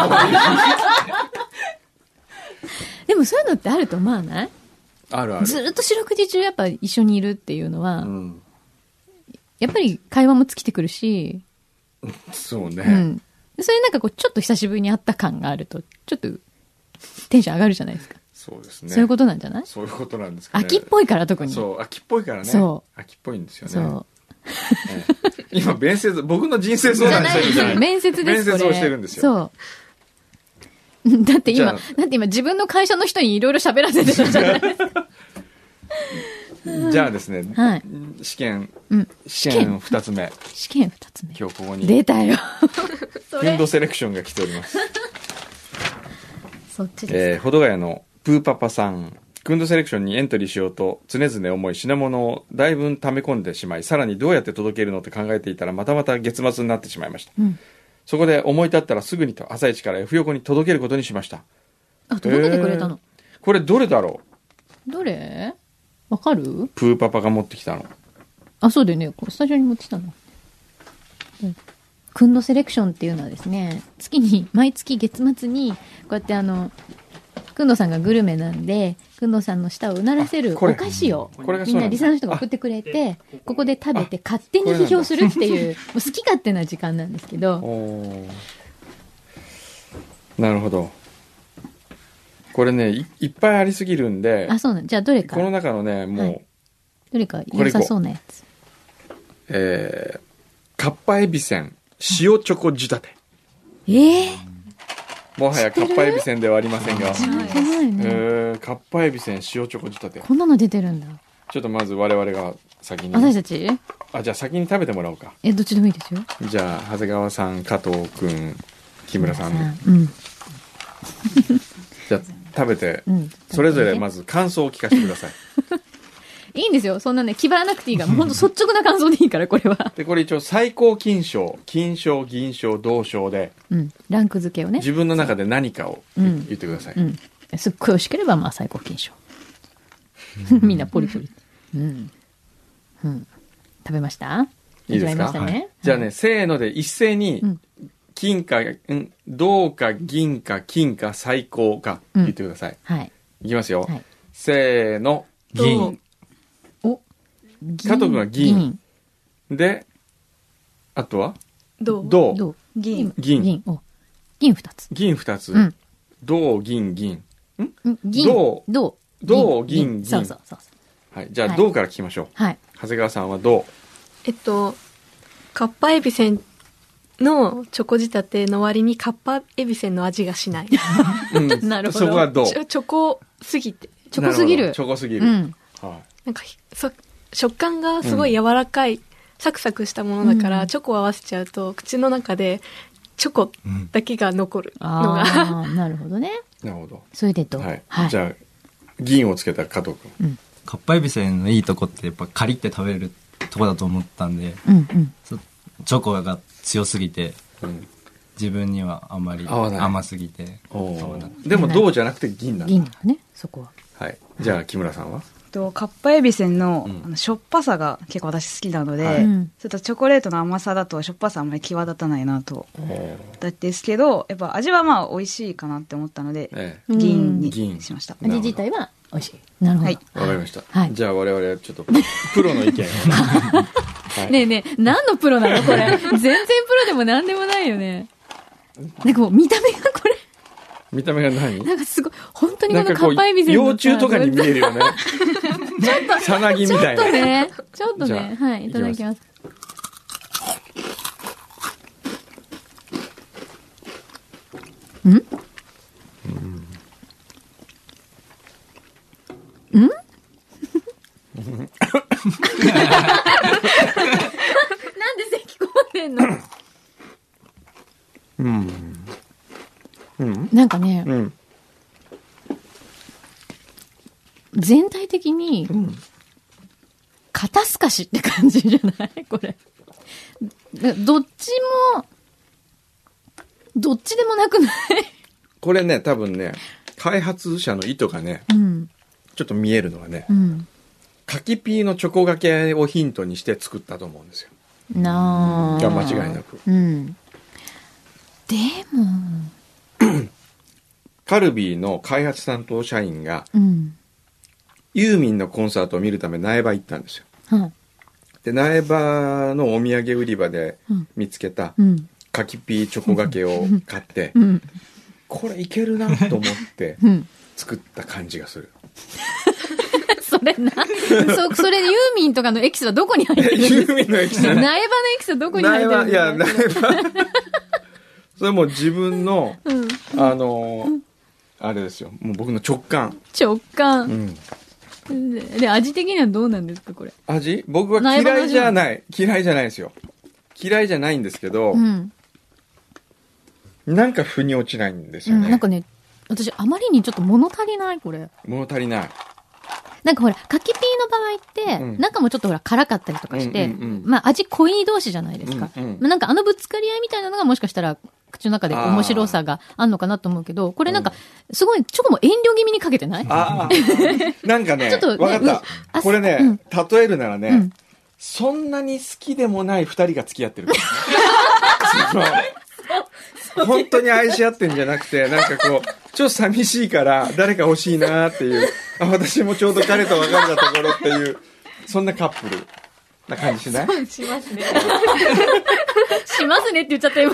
S1: でもそういうのってあると思わない
S2: あるある
S1: ずーっと四六時中やっぱ一緒にいるっていうのは、
S2: うん
S1: やっぱり会話も尽きてくるし、
S2: そう
S1: う
S2: ね
S1: ん。それなんかこう、ちょっと久しぶりに会った感があると、ちょっとテンション上がるじゃないですか。
S2: そうですね
S1: そういうことなんじゃない
S2: そういうことなんですかね
S1: 秋っぽいから特に。
S2: そう秋っぽいからね
S1: そ
S2: 秋っぽいんですよね
S1: そう
S2: ええ 今面接僕の人生相談してるんじゃない
S1: 面接ですこれ
S2: 面接をしてるんですよ
S1: そう だって
S2: じ
S1: 今
S2: ゃ
S1: だ
S2: あ
S1: って今自分の会社の人にいろいろ喋らせてるじゃない
S2: じゃあですね、
S1: はい
S2: 試験
S1: うん試
S2: 試験
S1: 験
S2: 2つ目
S1: 試験二つ目
S2: 今日ここに
S1: 出たよそ
S2: フン
S1: れ
S2: ドセレクションが来ております
S1: そっちです
S2: えー、ほどがやのプーパパさん。クンドセレクションにエントリーしようと常々思い品物をだいぶん溜め込んでしまいさらにどうやって届けるのって考えていたらまたまた月末になってしまいました、
S1: うん
S2: そこで思い立ったらすぐにと朝一から F 横に届けることにしました
S1: あ届けてくれたの
S2: これどれだろう
S1: どれわかる
S2: プーパパが持ってきたの
S1: あそうだよねこうスタジオに持ってきたのうんくんのセレクションっていうのはですね月に毎月月末にこうやってあのくんどさんがグルメなんでくんどさんの舌をうならせる
S2: あこれ
S1: お菓子を
S2: これが
S1: み
S2: そうん
S1: な
S2: な
S1: んリサ
S2: だ
S1: ーの人が送ってくれてここで食べて勝手に批評するっていうもう好き勝手な時間なんですけ ど
S2: おーなるほどこれねいいっぱいありすぎるんで
S1: あそうなんじゃあどれか
S2: この中のねもう、
S1: はいどれか
S2: これ
S1: 良
S2: いこう
S1: さそうなやつ
S2: えー、カッパエビせん塩チョコ仕立て
S1: ええ
S2: もはやカッパエビせんではありませんが、
S1: 知らない
S2: え
S1: ね
S2: ー、カッパエビせん塩チョコ仕立て
S1: こんなの出てるんだ
S2: ちょっとまず我々が先に
S1: 私たち
S2: あじゃあ先に食べてもらおうか
S1: えどっちでもいいですよ
S2: じゃあ長谷川さん加藤君木村さん
S1: うん
S2: じゃあ食べて、
S1: うん
S2: それぞれまず感想を聞かせてください
S1: いいんですよ。そんなね、気張らなくていいから、もうほんと率直な感想でいいから、これは。
S2: でこれ一応最高金賞金賞銀賞銅賞で
S1: うん。ランク付けをね。
S2: 自分の中で何かを言,、
S1: うん
S2: 言ってください、
S1: うん。すっごい美味しければ、まあ、最高金賞。 みんなポリポリ。うん。うん。食べました
S2: いいです
S1: 味わ
S2: か、
S1: ましたね
S2: はいじゃあね、せーので一斉に
S1: うん
S2: 金か、うん、銅か銀か金か最高か
S1: うん
S2: 言ってください、
S1: はい。
S2: いきますよ、
S1: はい
S2: せーの銀
S1: お
S2: 加藤君は銀。であとは
S6: どう
S2: 銅
S1: どう
S3: 銀。
S2: 銀
S1: 銀。お銀二つ。
S2: 銀2つ、
S1: うん
S2: 銅銀銀
S1: うん銀。
S2: 銅
S1: 銅。
S2: 銅銀銀
S1: そうそうそうそう。
S2: はいじゃあ
S1: はい
S2: 銅から聞きましょう、
S1: はい。
S2: 長谷川さんは銅
S6: えっとカッパエビせんのチョコ仕立ての割にカッパエビせんの味がしないチ
S2: うん
S1: なるほど
S2: そこが銅
S6: ョチョコすぎて
S1: チョコすぎる
S2: なほどチョコすぎ
S1: う
S2: る、
S1: ん。
S2: は
S6: なんかひそ食感がすごい柔らかい、サクサクしたものだから、
S1: うん
S6: チョコを合わせちゃうと口の中でチョコだけが残るの が、
S1: ああ、なるほどね。
S2: いなるほど、
S1: それでどう
S2: はい
S1: はい。
S2: じゃあ銀をつけた加藤君
S4: かっぱえびせんのいいとこってやっぱカリって食べれるとこだと思ったんで
S1: うんうん。
S4: そチョコが強すぎて
S2: うん
S4: 自分にはあまり
S2: 合わない
S4: 甘すぎて
S2: おー
S4: 合わなくて
S2: でも銅じゃなくて銀なんだ
S1: 銀だね、そこは。
S2: はいじゃあ木村さんは
S3: えっとカッパエビせんの,、
S2: うん
S3: あのしょっぱさが結構私好きなので、
S2: はい
S1: うん
S3: ちょっとチョコレートの甘さだとしょっぱさあんまり際立たないなと
S2: え
S3: だったんですけどやっぱ味はまあ美味しいかなって思ったので、
S2: え
S3: 銀
S2: 銀
S3: にしました
S2: なる
S1: 味
S2: ほど
S1: 自体は美味しい。なるほど。
S3: はい
S2: わかりました、
S1: はい
S2: じゃあ我々はちょっとプロの 意見をはい
S1: ねえねえ、何のプロなのこ れ。全然プロでも何でもないよね。なんかもう見た目がこれ、
S2: 見た目が何
S1: なんかすごい、本当にこ
S2: なんか
S1: の
S2: こ
S1: カ
S2: う
S1: ッパエビゼ
S2: 幼虫とかに見える よねさなぎみ
S1: ちょった
S2: いな
S1: とね、ちょっと
S2: じゃあ
S1: ね、はい、いただきます。んんなんで咳込んでんの
S2: うんうん
S1: なんかね、
S2: うん
S1: 全体的に、肩透かしって感じじゃない これ。などっちも、どっちでもなくない
S2: これね多分ね開発者の意図がね
S1: うん。
S2: ちょっと見えるのはね
S1: うん。
S2: 柿ピーのチョコがけをヒントにして作ったと思うんですよ
S1: なあ。
S2: が間違いなく
S1: うん。でも、
S2: カルビーの開発担当社員が
S1: うん。
S2: ユーミンのコンサートを見るため苗場行ったんですよ
S1: はい。
S2: で苗場のお土産売り場で
S1: うん
S2: 見つけた
S1: うん。
S2: 柿ピーチョコがけを買って
S1: うん。
S2: これいけるなと思って
S1: うん。
S2: 作った感じがする
S1: それな。そ、それユーミンとかのエキスはどこに入ってるん
S2: ユ
S1: です
S2: ーミンのエキス
S1: か苗
S2: じ
S1: 場
S2: ゃない
S1: のエキスはどこに入ってるんです か
S2: 苗場いや苗場 それもう自分の、あのーあれですよもう僕の直感、
S1: 直
S2: う
S1: 感。
S2: ん、
S1: で、味的にはどうなんですか、これ。
S2: 味僕は嫌いじゃない嫌いじゃないですよ嫌いじゃないんですけど、
S1: うん。
S2: なんか腑に落ちないんです
S1: う
S2: よ
S1: ん。
S2: ね、
S1: なんかね、私、あまりにちょっと物足りない、これ。
S2: 物足りない
S1: なんかほら、柿ピーの場合って、
S2: うん
S1: 中もちょっとほら、辛かったりとかして、
S2: うんうんうん
S1: まあ味濃い同士じゃないですか。
S2: うんうん
S1: まあなんかあのぶつかり合いみたいなのがもしかしたら、口の中で面白さがあんのかなと思うけど、これなんか、すごい、チョコも遠慮気味にかけてない
S2: ああ なんかね
S1: ちょっとね
S2: わかっ
S1: う
S2: た
S1: ん
S2: これね、
S1: うん
S2: 例えるならね、
S1: うん
S2: そんなに好きでもない二人が付き合って るからねその本当に愛し合ってんじゃなくてなんかこうちょっと寂しいから誰か欲しいなっていうあ私もちょうど彼と別れたところっていうそんなカップルな感じしない
S5: しますね。
S1: しますねって言っちゃった今。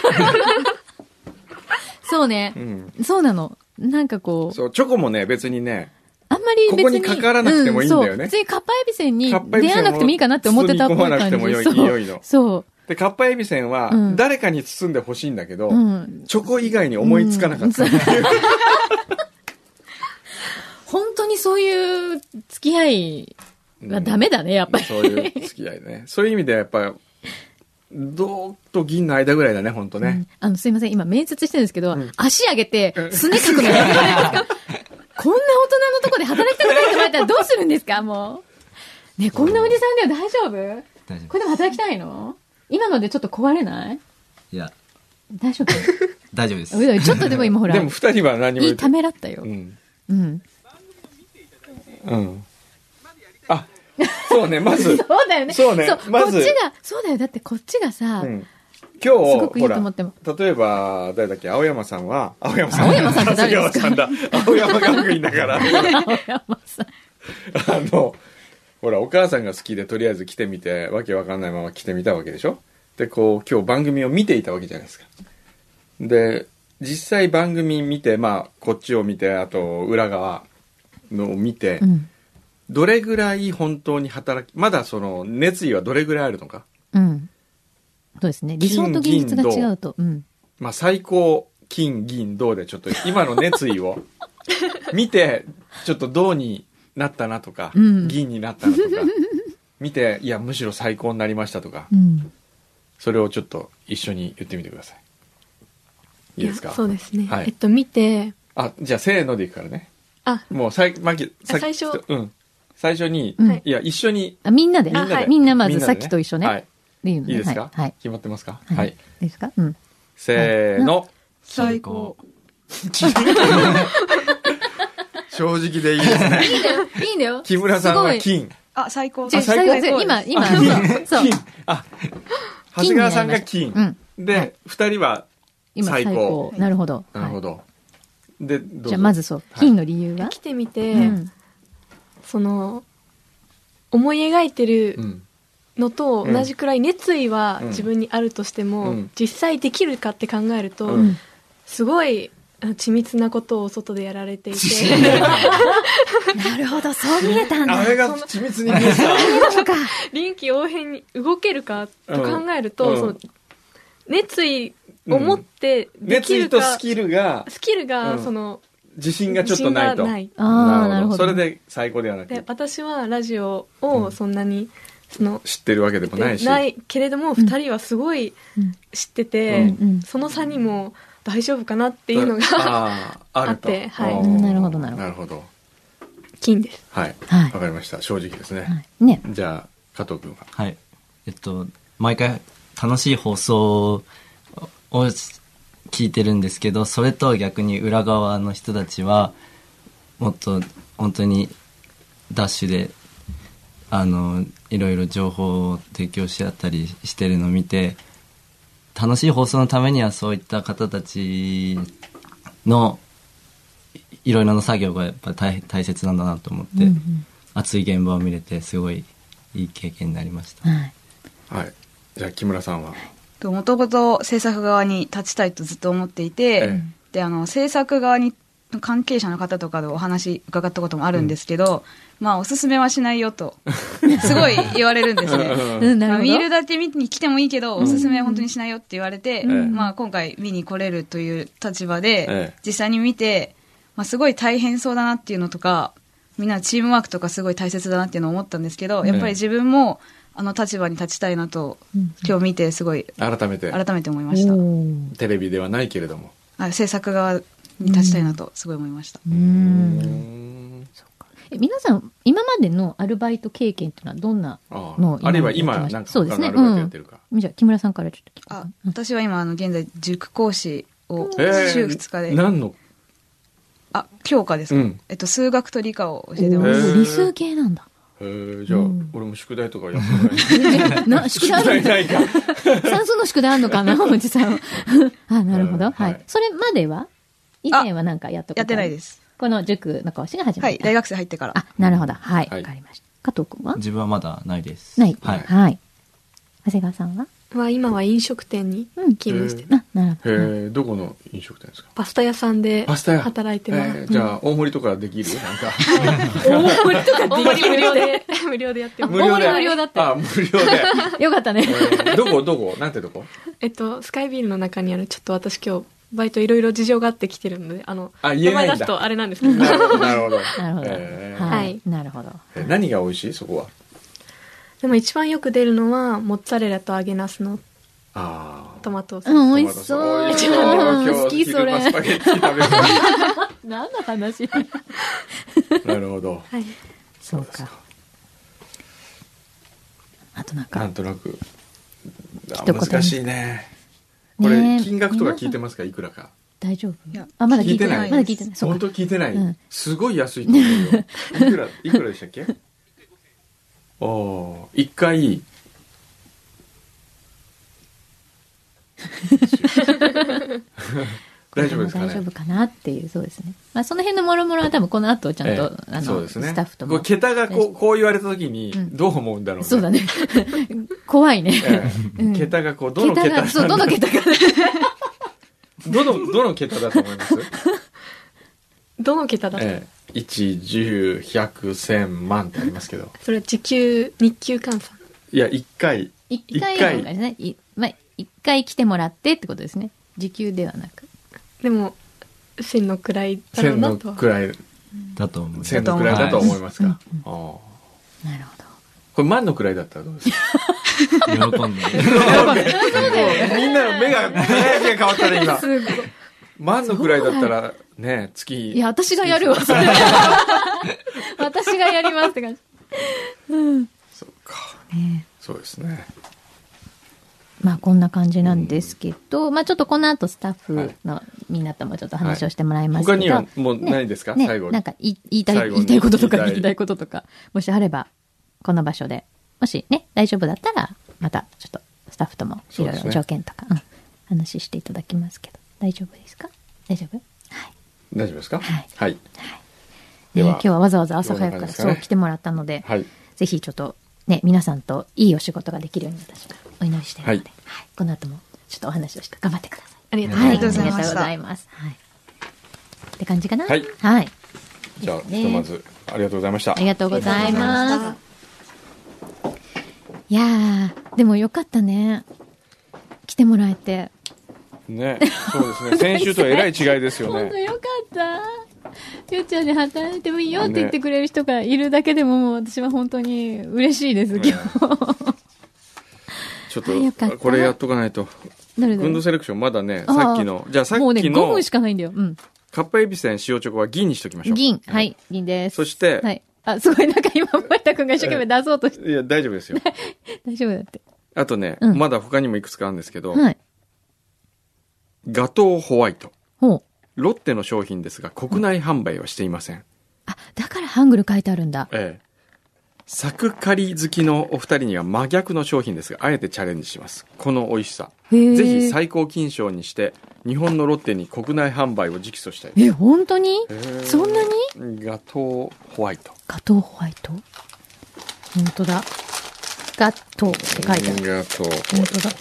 S1: そうね
S2: う、ん
S1: そうなの。なんかこう、
S2: そう、チョコもね、別にね、
S1: あんまり別に。
S2: ここにかからなくてもいいんだよね
S1: うそう別にカッパエビせんに
S2: カッパエビ
S1: 出
S2: せん
S1: 会
S2: を
S1: わなくてもいいかなって思ってたっぽい感じ。
S2: 包み込まなくてもよい良いの
S1: そう。
S2: で、カッパエビせんは
S1: う、ん
S2: 誰かに包んでほしいんだけど、
S1: そう。うん。
S2: チョコ以外に思いつかなかった。
S1: うん本当にそういう付き合いがダメだね、やっぱり。
S2: そういう付き合いね。そういう意味で、やっぱ、銅と銀の間ぐらいだね、ほんとね。
S1: あの、すいません、今面接してるんですけど、
S2: ん
S1: 足上げて、すねかくのやめてもらえますかこんな大人のとこで働きたくないって言われたらどうするんですか、もう。ねえこんなおじさんでは大丈夫
S4: 大丈
S1: こ
S4: 夫
S1: れでも働きたいの今のでちょっと壊れない
S4: いや
S1: 大丈夫
S4: 大丈夫です
S1: うだちょっとでも今ほら、
S2: でも二人は何も
S1: い
S2: 言っ
S1: い
S2: て
S1: ためらったよ
S2: う。ん。
S1: うん。
S2: うん。あ、そうね、まず
S1: そ、うだよね。
S2: そうね
S1: そう
S2: ま
S1: こっ
S2: ず
S1: ちが、そうだよ。だってこっちがさ、
S2: うん
S1: す
S2: 今
S1: ご
S2: 日、
S1: くいい
S2: ほ
S1: と
S2: ら
S1: 思、っても。
S2: 例えば、誰だっけ、青山さんは、青山さん。
S1: 青山さんって誰ですか
S2: 青山さんだ。青山学院 だから。
S1: 青 山さん。
S2: あの、ほら、お母さんが好きで、とりあえず来てみて、わけわかんないまま来てみたわけでしょで、こう、今日番組を見ていたわけじゃないですか。で、実際番組見て、まあ、こっちを見て、あと、裏側のを見て、
S1: うん。
S2: どれぐらい本当に働き、まだその、熱意はどれぐらいあるのか。
S1: うん。そうですね。理想と現実が違うと。うん。
S2: まあ、最高、金、銀、銅で、ちょっと、今の熱 意を見て、ちょっと銅になったなとか、
S1: うん
S2: 銀になったなとか、見て、いや、むしろ最高になりましたとか
S1: う、ん。
S2: それをちょっと一緒に言ってみてください。いいですか
S6: やそうですね、
S2: はい
S6: えっと見て
S2: あ、じゃあせーのでいくからね。
S6: あ
S2: もうさい、まき、さ
S6: 最初
S2: うん。最初に、
S1: うん
S6: はい
S2: いや、一緒に、
S1: あ、みんなで。
S2: みんなで、
S1: みんなまず
S2: で
S1: さっきと一緒ね。
S2: はい。
S1: っていうのね
S2: いいですか、
S1: はい。はい
S2: 決まってますか、
S1: はい
S2: はい、
S1: いいですかうん。
S2: せーの。
S4: 最高
S2: 正直でいいですね。
S1: いいんだよ。
S2: 木村さんは金。
S3: あ、最高。
S1: 違う
S2: 最高
S1: 最高今、今、
S2: あ金。
S1: そう。そう
S2: 金。あ、長谷川さんが金。
S1: うん。
S2: で、二、人は、
S1: 今、
S2: 最
S1: 最
S2: 高
S1: 高。なるほど。
S2: なるほ
S1: ど。
S2: ど。で、どうぞ
S1: じゃあ、まずそう。金の理由は
S6: 来てみて、
S1: うん。
S6: その思い描いて
S2: う
S6: る
S2: ん。
S6: のと同じくらい熱意は
S2: うん
S6: 自分にあるとしても、
S2: うん
S6: 実際できるかって考えると、
S2: う
S1: うん。
S6: すごいあの緻密なことを外でやられ ていて
S1: なるほど、そう見えたんだ。
S2: あれが緻密に見えた。
S6: 臨機応変に動けるかと考えると、
S2: うん
S6: その熱意を持ってで
S2: 熱
S6: き
S2: 意
S6: る
S2: と
S6: か、
S2: スキルが
S6: スキルが、
S2: うん
S6: その
S2: 自信がちょっとないと
S6: 自信がない
S1: ああ、なるほど。
S2: それで最高ではな
S6: で
S2: く
S6: 私はラジオ
S2: うん
S6: をそんなに、その
S2: 知ってるわけでもないし
S6: ないけれども二人はすごい知ってて、
S1: うんうん
S6: その差にも大丈夫かなっていうの が
S2: あーあると
S6: あってはい
S2: うん
S1: なるほどなるほど
S2: なるほど
S6: 金です
S2: はいわ、
S1: はい
S2: かりました正直ですね、
S1: はい。ね。
S2: じゃあ加藤君は
S4: はいえっと毎回楽しい放送を聞いてるんですけどそれと逆に裏側の人たちはもっと本当にダッシュであのいろいろ情報を提供し合ったりしてるのを見て楽しい放送のためにはそういった方たちのいいろいろな作業がやっぱ大大切なんだなと思って、熱い現場を見れてすごいいい経験になりました。
S1: はい。
S2: はいじゃあ木村さんは
S3: もともと制作側に立ちたいとずっと思っていて、
S2: え
S3: であの制作側に関係者の方とかでお話伺ったこともあるんですけど、まあおすすめはしないよ とすごい言われるんですね。
S1: うん、なる
S3: まあ、
S1: ほど。
S3: 見るだけ見に来てもいいけど、
S2: うん
S3: おすすめは本当にしないよって言われて、
S2: うん
S3: まあ、今回見に来れるという立場で、
S2: ええ
S3: 実際に見て、まあ、すごい大変そうだなっていうのとかみんなチームワークとかすごい大切だなっていうのを思ったんですけどやっぱり自分もあの立場に立ちたいなと、
S1: うん
S3: 今日見てすごい
S2: 改めて
S3: 改めて思いました、
S1: うん
S2: テレビではないけれども
S3: あ制作側に立ちたいなとすごい思いました、
S1: うん。
S2: ん
S1: え皆さん、今までのアルバイト経験っていうのはどんな
S2: あ
S1: のを
S2: ああるいは
S1: やって
S2: 今
S1: ました
S2: なんか
S1: そうで
S2: 他の
S1: すね
S2: アルバイトやってるか、
S1: じゃあ、木村さんからちょっと聞こう
S3: あ
S1: かな
S3: 私は今あの現在塾講師を
S2: ええ
S3: 週2日で、
S2: 何の
S3: あ教科ですか、
S2: うん
S3: えっと、数学と理科を教えて
S1: お
S3: ます、
S2: へ
S1: ー
S2: ー
S1: 理数系なんだ。
S2: へーじゃあ、
S1: うん
S2: 俺も宿題とかやってない
S1: えな宿題あるんだ
S2: ない か
S1: 算数の宿題あんのかな、おじさんは。 あ、なるほ
S2: う
S1: ど。
S2: ん
S1: は
S2: はい
S1: い。それまでは以前はなんかやったこと。
S3: やってないですす。
S1: この塾の講師が始
S3: は
S1: め
S3: い、
S1: た。
S3: 大学生入ってから。
S1: あ、なるほど。はい。
S2: はい
S1: わかりました。加藤くんは
S4: 自分はまだないです。
S1: ない。
S4: は。
S1: はいい。長谷川さんは
S6: は今は飲食店に
S1: うん
S6: 勤務してる、
S1: あ、なるほ
S2: へ
S1: ど。
S2: ーどこの飲食店ですか
S6: パスタ屋さんで
S2: パスタ屋
S6: 働いてます、
S2: えーじゃあ大盛りとかできるなんか
S6: 大盛り無料で 無料でやってます
S2: 無料
S1: 大
S2: で
S1: 盛り無料だった
S2: あ無料 で、
S1: よかったね。
S2: えーどこどこなんてとこ
S6: えっとスカイビールの中にあるちょっと私今日バイトいろいろ事情があって来てるのであの
S2: あ言
S6: 名
S2: えない
S6: 前
S2: んだ
S6: 出すとあれなんですけど
S2: なるほどなるほど
S1: なるほど
S2: え。ー
S1: はい。なるほど。
S2: えー何が美味しいそこは
S6: でも一番よく出るのはモッツァレラと揚げナスの
S2: あ
S6: トマトソース、
S1: うん、美味しそう。
S2: 美味 しそう
S1: 好き、そ
S2: 今日昼間ス
S1: れ。
S2: パゲッティ食べた
S1: 何の話
S2: なるほど。
S6: はい、
S1: そうか。あとなん
S2: な
S1: か
S2: ん、となく。あ
S1: 一言
S2: 難しいね。これ、
S1: ねえ
S2: 金額とか聞いてますかいくらか。
S1: 大丈夫
S3: いや
S1: あ、まだ聞いてな。
S3: 聞いてないい
S1: まだ聞いてない。そう
S2: 本
S1: か。
S2: 当聞いてない、
S1: うん
S2: すごい安いと思うよ。いくら、いくらでしたっけおー、一回。大丈夫ですか
S1: 大丈
S2: ね
S1: 夫かなっていう、そうですね。まあ、その辺のもろもろは多分この後ちゃんと、
S2: ええ
S1: あ
S2: そう
S1: の、
S2: ですね
S1: スタッフと
S2: こ
S1: も
S2: れ。桁がこうこう言われた時に
S1: うん
S2: どう思うんだろうね
S1: そうだね。 怖いね。
S2: ええ
S1: うん
S2: 桁がこうどの桁
S1: が、そう、
S2: な
S1: ど
S2: んだ
S1: の桁 が。
S2: どの、どの桁だと思 います
S6: どの桁だと、
S2: ええ、1、10、100、1000万ってありますけど。
S6: それは時給日給換算
S2: いや、1回。
S1: 一回
S2: 一回
S1: ですね。いまあ、一回来てもらってってことですね。時給ではなく。
S6: でも千の位だろう
S2: 1000
S6: な
S2: の
S6: とは
S2: くらい、
S4: だと思います
S2: 1000。のくらいだと思いますか。ああこ
S1: なるほど。
S2: れ万のくらいだったらどうです か
S4: 喜んで。
S2: みんなの目が、目が変わったね、今。
S1: すごい。
S2: 万のくらいだったら、ね、月。
S1: いや、私がやるわ、それ 私がやりますって感じ。
S2: そうか。
S1: ねえ
S2: そうですね。
S1: まあこんな感じなんですけど、まあちょっとこの後スタッフのみんなともちょっと話をしてもらいますけど、
S2: 他にはもう
S1: ね
S2: ないですか
S1: ね
S2: 最後
S1: な
S2: に
S1: ん。か言い言いたい
S2: 最後
S1: 言
S2: に
S1: いたいこととか
S2: 言いたい
S1: 聞きたいこととか、もしあれば、この場所で、もしね、大丈夫だったら、またちょっとスタッフともい
S2: そう
S1: ろ
S2: で
S1: い
S2: す
S1: ろ
S2: ね
S1: 条件とか、うん、話していただきますけど、大丈夫ですか大丈夫はい。
S2: 大丈夫ですか
S1: はい
S2: はい。
S1: ね
S2: では
S1: 今日はわざわざ朝早
S2: ど
S1: く
S2: ん
S1: から
S2: な感じです
S1: そ
S2: かね
S1: う来てもらったので、
S2: はい。
S1: ぜひちょっとね、皆さんといいお仕事ができるように私がお祈りしているので、
S2: はい
S1: はいこの後もちょっとお話をして頑張ってください。
S6: ありがとうご
S1: は
S6: ざ
S1: い、あり
S6: い
S1: が
S6: ま
S1: と
S6: す、
S1: うご
S3: りがと
S1: ざ
S3: うござ
S1: い
S3: い
S1: ます。はい。って感じかな
S2: はい
S1: はい。
S2: じゃあ、
S1: ね
S2: ひとまず、ありがとうございました
S1: あ。りがとうございます。いやー、でもよかったね。来てもらえて。
S2: ね、そうで すね。先週とえらい違いですよ
S1: 本当
S2: ね。
S1: よかった。ゆうちゃんに働いてもいいよって言ってくれる人がいるだけでも、もう私は本当に嬉しいです、今日。
S2: ちょっ
S1: あよかった
S2: と、これやっとかないと。
S1: どれど
S2: 運
S1: れ
S2: 動セレクションまだね、
S1: あー
S2: さっきの、じゃあさっ
S1: もうね、
S2: き
S1: 5
S2: の
S1: 分し、かないんだよ。うん。
S2: カッパエビセン塩チョコは銀にしときましょう。
S1: 銀。はい、銀です。
S2: そして、、
S1: はいい。あ、すごい、なんか今、森田くんが一生懸命出そうとして、
S2: や、大丈 夫ですよ。
S1: 大丈夫だって。
S2: あとね、
S1: うん
S2: まだ他にもいくつかあるんですけど、
S1: はい。
S2: ガトーホワイト。
S1: ほう。
S2: ロッテの商品ですが、国内販売はしていません。
S1: あ、だからハングル書いてあるんだ。
S2: ええ。サクカリ好きのお二人には真逆の商品ですが、あえてチャレンジします。この美味しさ。
S1: へー
S2: ぜひ最高金賞にして、日本のロッテに国内販売を直訴したい。
S1: え、本当に
S2: ー
S1: そんなに
S2: ガトーホワイト。
S1: ガトーホワイト本当だ。ガトーって書いてある。
S2: ガトーホワ
S1: 本
S2: イト。
S1: 当だ。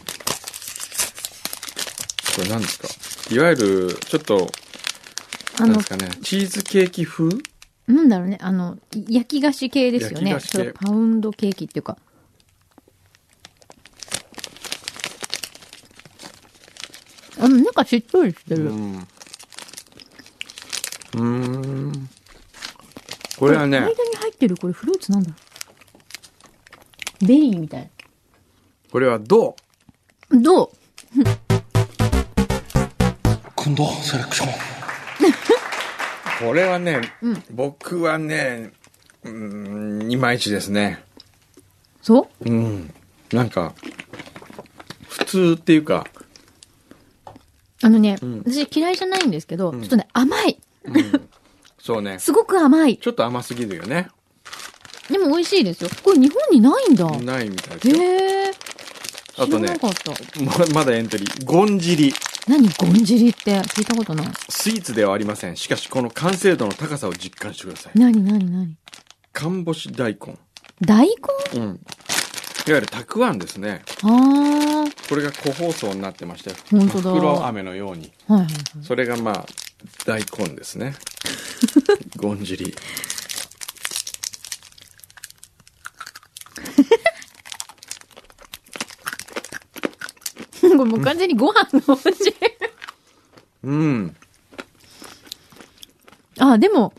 S2: これ何ですかいわゆる、ちょっと、
S1: あ
S2: なんで
S1: の
S2: す、かね、チーズケーキ風
S1: なんだろうね、あの、い焼き菓子系ですよね。
S2: 焼き菓子系
S1: そうパウンドケーキっていうか。あの、なんかしっとりしてる。
S2: ん。うーん。これはね
S1: 間に、入ってるこれフルーツなんだろうベリーみたい
S2: これはどう
S1: な。どう
S2: これはね、
S1: うん
S2: 僕はね、うーん、いまいちですね。
S1: そう
S2: うん。なんか、普通っていうか、
S1: あのね、
S2: うん
S1: 私嫌いじゃないんですけど、
S2: うん
S1: ちょっとね、甘い。
S2: うん、そうね。
S1: すごく甘い。
S2: ちょっと甘すぎるよね。
S1: でも美味しいですよ。これ日本にないんだ。
S2: ないみたいですよ。
S1: へえ。
S2: あ
S1: 知
S2: と
S1: ら
S2: ね
S1: なかった。
S2: ままだエントリー。ゴンジリ。
S1: 何ゴンジリって聞いたことない。
S2: スイーツではありません。しかし、この完成度の高さを実感してください。
S1: 何何何
S2: 看干し大根。
S1: 大根
S2: うん。いわゆるたくあんですね。
S1: あ
S2: これが個包装になってまして、
S1: ー。本当だ。
S2: 袋
S1: は
S2: 飴のように。
S1: いはいはい。
S2: それがまあ、大根です ね。ゴンジリ。
S1: これもう完全 にご飯の味。
S2: う ん。
S1: あ、でも、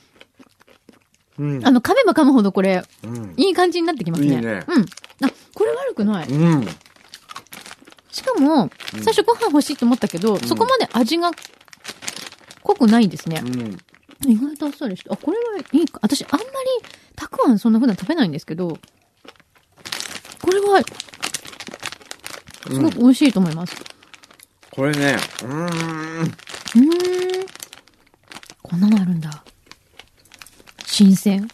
S2: うん。
S1: あの、噛めば噛むほどこれ、
S2: うん。
S1: いい感じになってきますね。
S2: いいね
S1: うん。あ、これ悪くない。
S2: うん。
S1: しかも、最初ご飯欲しいと思ったけど、そこまで味が濃くないですね。
S2: うん。
S1: 意外とあっさりして。あ、これはいいか。私、あんまり、たくあんそんな普段食べないんですけど、これは、すごく美味しいと思います。
S2: これね、うーん。
S1: うーん。こんなのあるんだ。新鮮。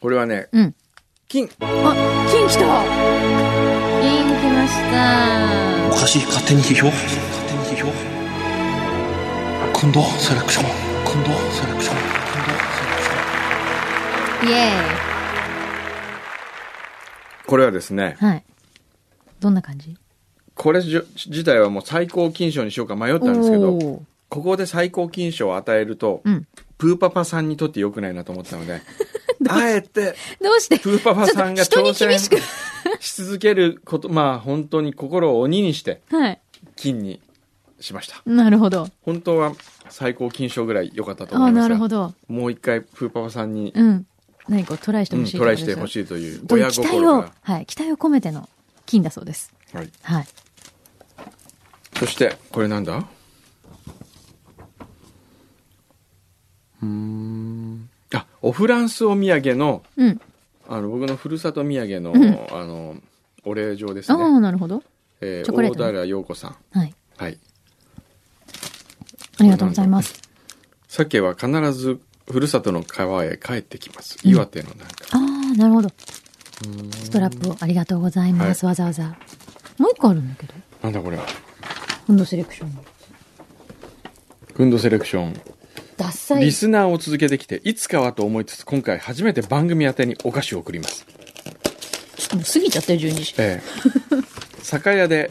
S2: これはね、
S1: うん。
S2: 金。
S1: あ、金来た金来ました
S8: おかしい勝手に批評勝手に批評今度セレクション今度セレクション今度セレクション
S1: イエ
S2: これはですね、
S1: ーイはい。どんな感じ
S2: これじょ自体はもう最高金賞にしようか迷ったんですけど、ここで最高金賞を与えると、
S1: うん
S2: プーパパさんにとって良くないなと思った ので、あえて、
S1: どうして
S2: プーパパさんが
S1: ちょっと
S2: 挑
S1: 人に厳
S2: 戦
S1: しく
S2: し続けること、 まあ本当に心を鬼にして、
S1: はい。
S2: 金にしました。
S1: なるほど。
S2: 本当は最高金賞ぐらい良かったと
S1: あ
S2: 思
S1: あ、
S2: いま
S1: な
S2: す
S1: るほ
S2: が、
S1: ど。
S2: もう一回プーパパさんに、
S1: うん。何かをトライして
S2: うん
S1: ほしい、
S2: トライしてほ
S1: い
S2: しいという
S1: という
S2: 親
S1: 期待を
S2: 心が、。
S1: はい。期待を込めての金だそうです。
S2: はい、
S1: はい。
S2: そして、これなんだうーん。あ、おフランスお土産の、
S1: うん。
S2: あの、僕のふるさと土産の、
S1: うん
S2: あの、お礼状です
S1: あ
S2: ね。
S1: あ、なるほど。
S2: え
S1: チ
S2: ー、
S1: ョコレー
S2: 大
S1: トね
S2: 平洋子さん。
S1: はい。
S2: はい。
S1: ありがとうございます。
S2: 鮭は必ず、ふるさとの川へ帰ってきます。
S1: うん
S2: 岩手のなんか。
S1: ああ、なるほど。ストラップをありがとうございます。わざわざ。もう一個あるんだけど。
S2: なんだこれは。
S1: 今度セレクションの。
S2: グンドセレクション。
S1: ダサい
S2: リ。スナーを続けてきて、いつかはと思いつつ、今回初めて番組宛てにお菓子を送ります。
S1: もう過ぎちゃったよ、12時。
S2: ええ酒屋で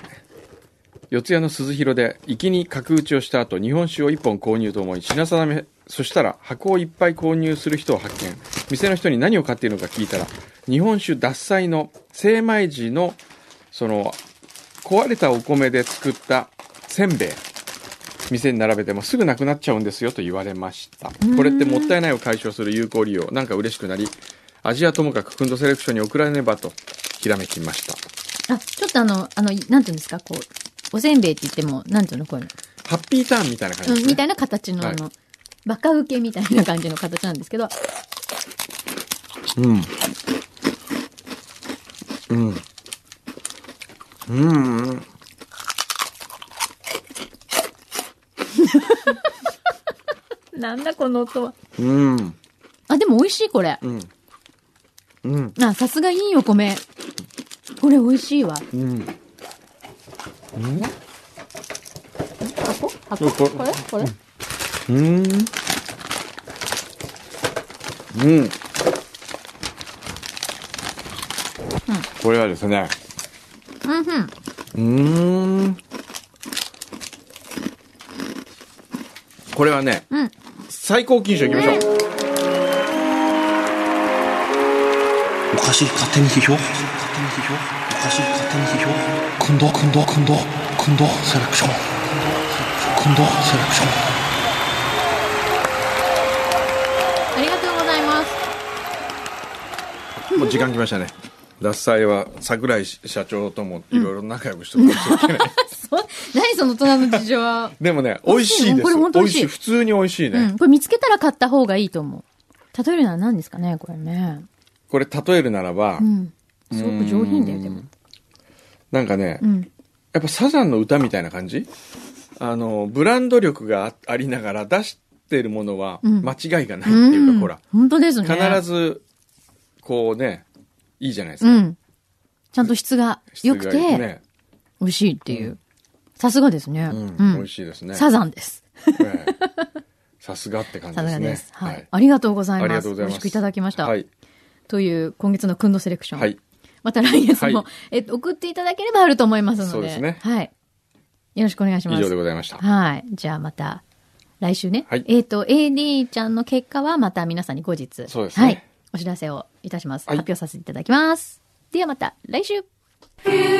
S2: 四谷の鈴広で粋に角打ちをした後日本酒を1本購入と思い品定めそしたら箱をいっぱい購入する人を発見店の人に何を買っているのか聞いたら日本酒獺祭の精米時のその壊れたお米で作ったせんべい店に並べてもすぐなくなっちゃうんですよと言われましたこれってもったいないを解消する有効利用なんか嬉しくなり味はともかくくんどセレクションに送らねばとひらめきました
S1: あ、ちょっとあの、あの、いなんていうんですか、こう、おせんべいって言っても、なんていうの、こういう
S2: ハッピーターンみたいな感じ
S1: の。
S2: です、
S1: うん、
S2: ね
S1: みたいな形の、あの、バカ受けみたいな感じの形なんですけど、
S2: うん。うん。うん。
S1: なんだこの音は。
S2: うん。
S1: あ、でも美味しい、これ。
S2: うん。うん。
S1: あ、さすがいいお米。これ美味しいわ。
S2: うん。
S5: 箱
S2: うん
S5: 箱
S2: これ
S5: これこれ
S2: うん。うん。これはですね。
S1: うんうん。
S2: うーん。これはね、
S1: うん
S2: 最高金賞いきましょう、
S8: おかしい勝手に批評勝手に批評おかしい勝手に批評今度今度今度今度セレクション今度セレクション
S1: ありがとうございます。
S2: もう時間きましたね獺祭は桜井社長ともいろいろ仲良くしてもらってはいけない、
S1: そう 何その大人の事情は。
S2: でもね美味しいで
S1: 美味しいね
S2: す
S1: これ本当美味しい
S2: 美普通に美味しいね、
S1: うん。これ見つけたら買った方がいいと思う。例えるなら何ですかね、これね。
S2: これ例えるならば、
S1: うん。すごく上品だよ、
S2: うん
S1: でも。
S2: なんかね、
S1: うん。
S2: やっぱサザンの歌みたいな感じあのブランド力があありながら出してるものは
S1: うん
S2: 間違いがないっていうか、
S1: ん
S2: ほら
S1: 本当ですね。
S2: 必。ずこうねいいじゃないで
S1: う
S2: すか、
S1: ん。ちゃんと質が
S2: 質
S1: 良
S2: が
S1: く
S2: いい
S1: て、
S2: ね、
S1: 美味しいっていう。さすがですね。
S2: う
S1: うん
S2: 美
S1: ん
S2: 味。しいですね
S1: サザンです。
S2: ええさすがって感じ
S1: さ
S2: です
S1: が
S2: すね
S1: です。はい。ありがとうござい
S2: あり
S1: ま
S2: が
S1: す。
S2: とうご
S1: 美
S2: ざいま
S1: 味
S2: す
S1: しくいただきました
S2: は。い
S1: という、今月のくんどセレクション。
S2: はい
S1: また来月も、
S2: はい
S1: えっと、送っていただければあると思いますので。
S2: そうですね
S1: はい。よろしくお願いし
S2: 以
S1: ます。
S2: 上でございました
S1: はい。じゃあまた、来週ね。
S2: はい
S1: えっ、と、AD ちゃんの結果はまた皆さんに後日。
S2: そうですね
S1: はい。お知らせをいたします。
S2: はい
S1: 発表させていただきます。ではまた、来週
S5: 「フューチャースケープ」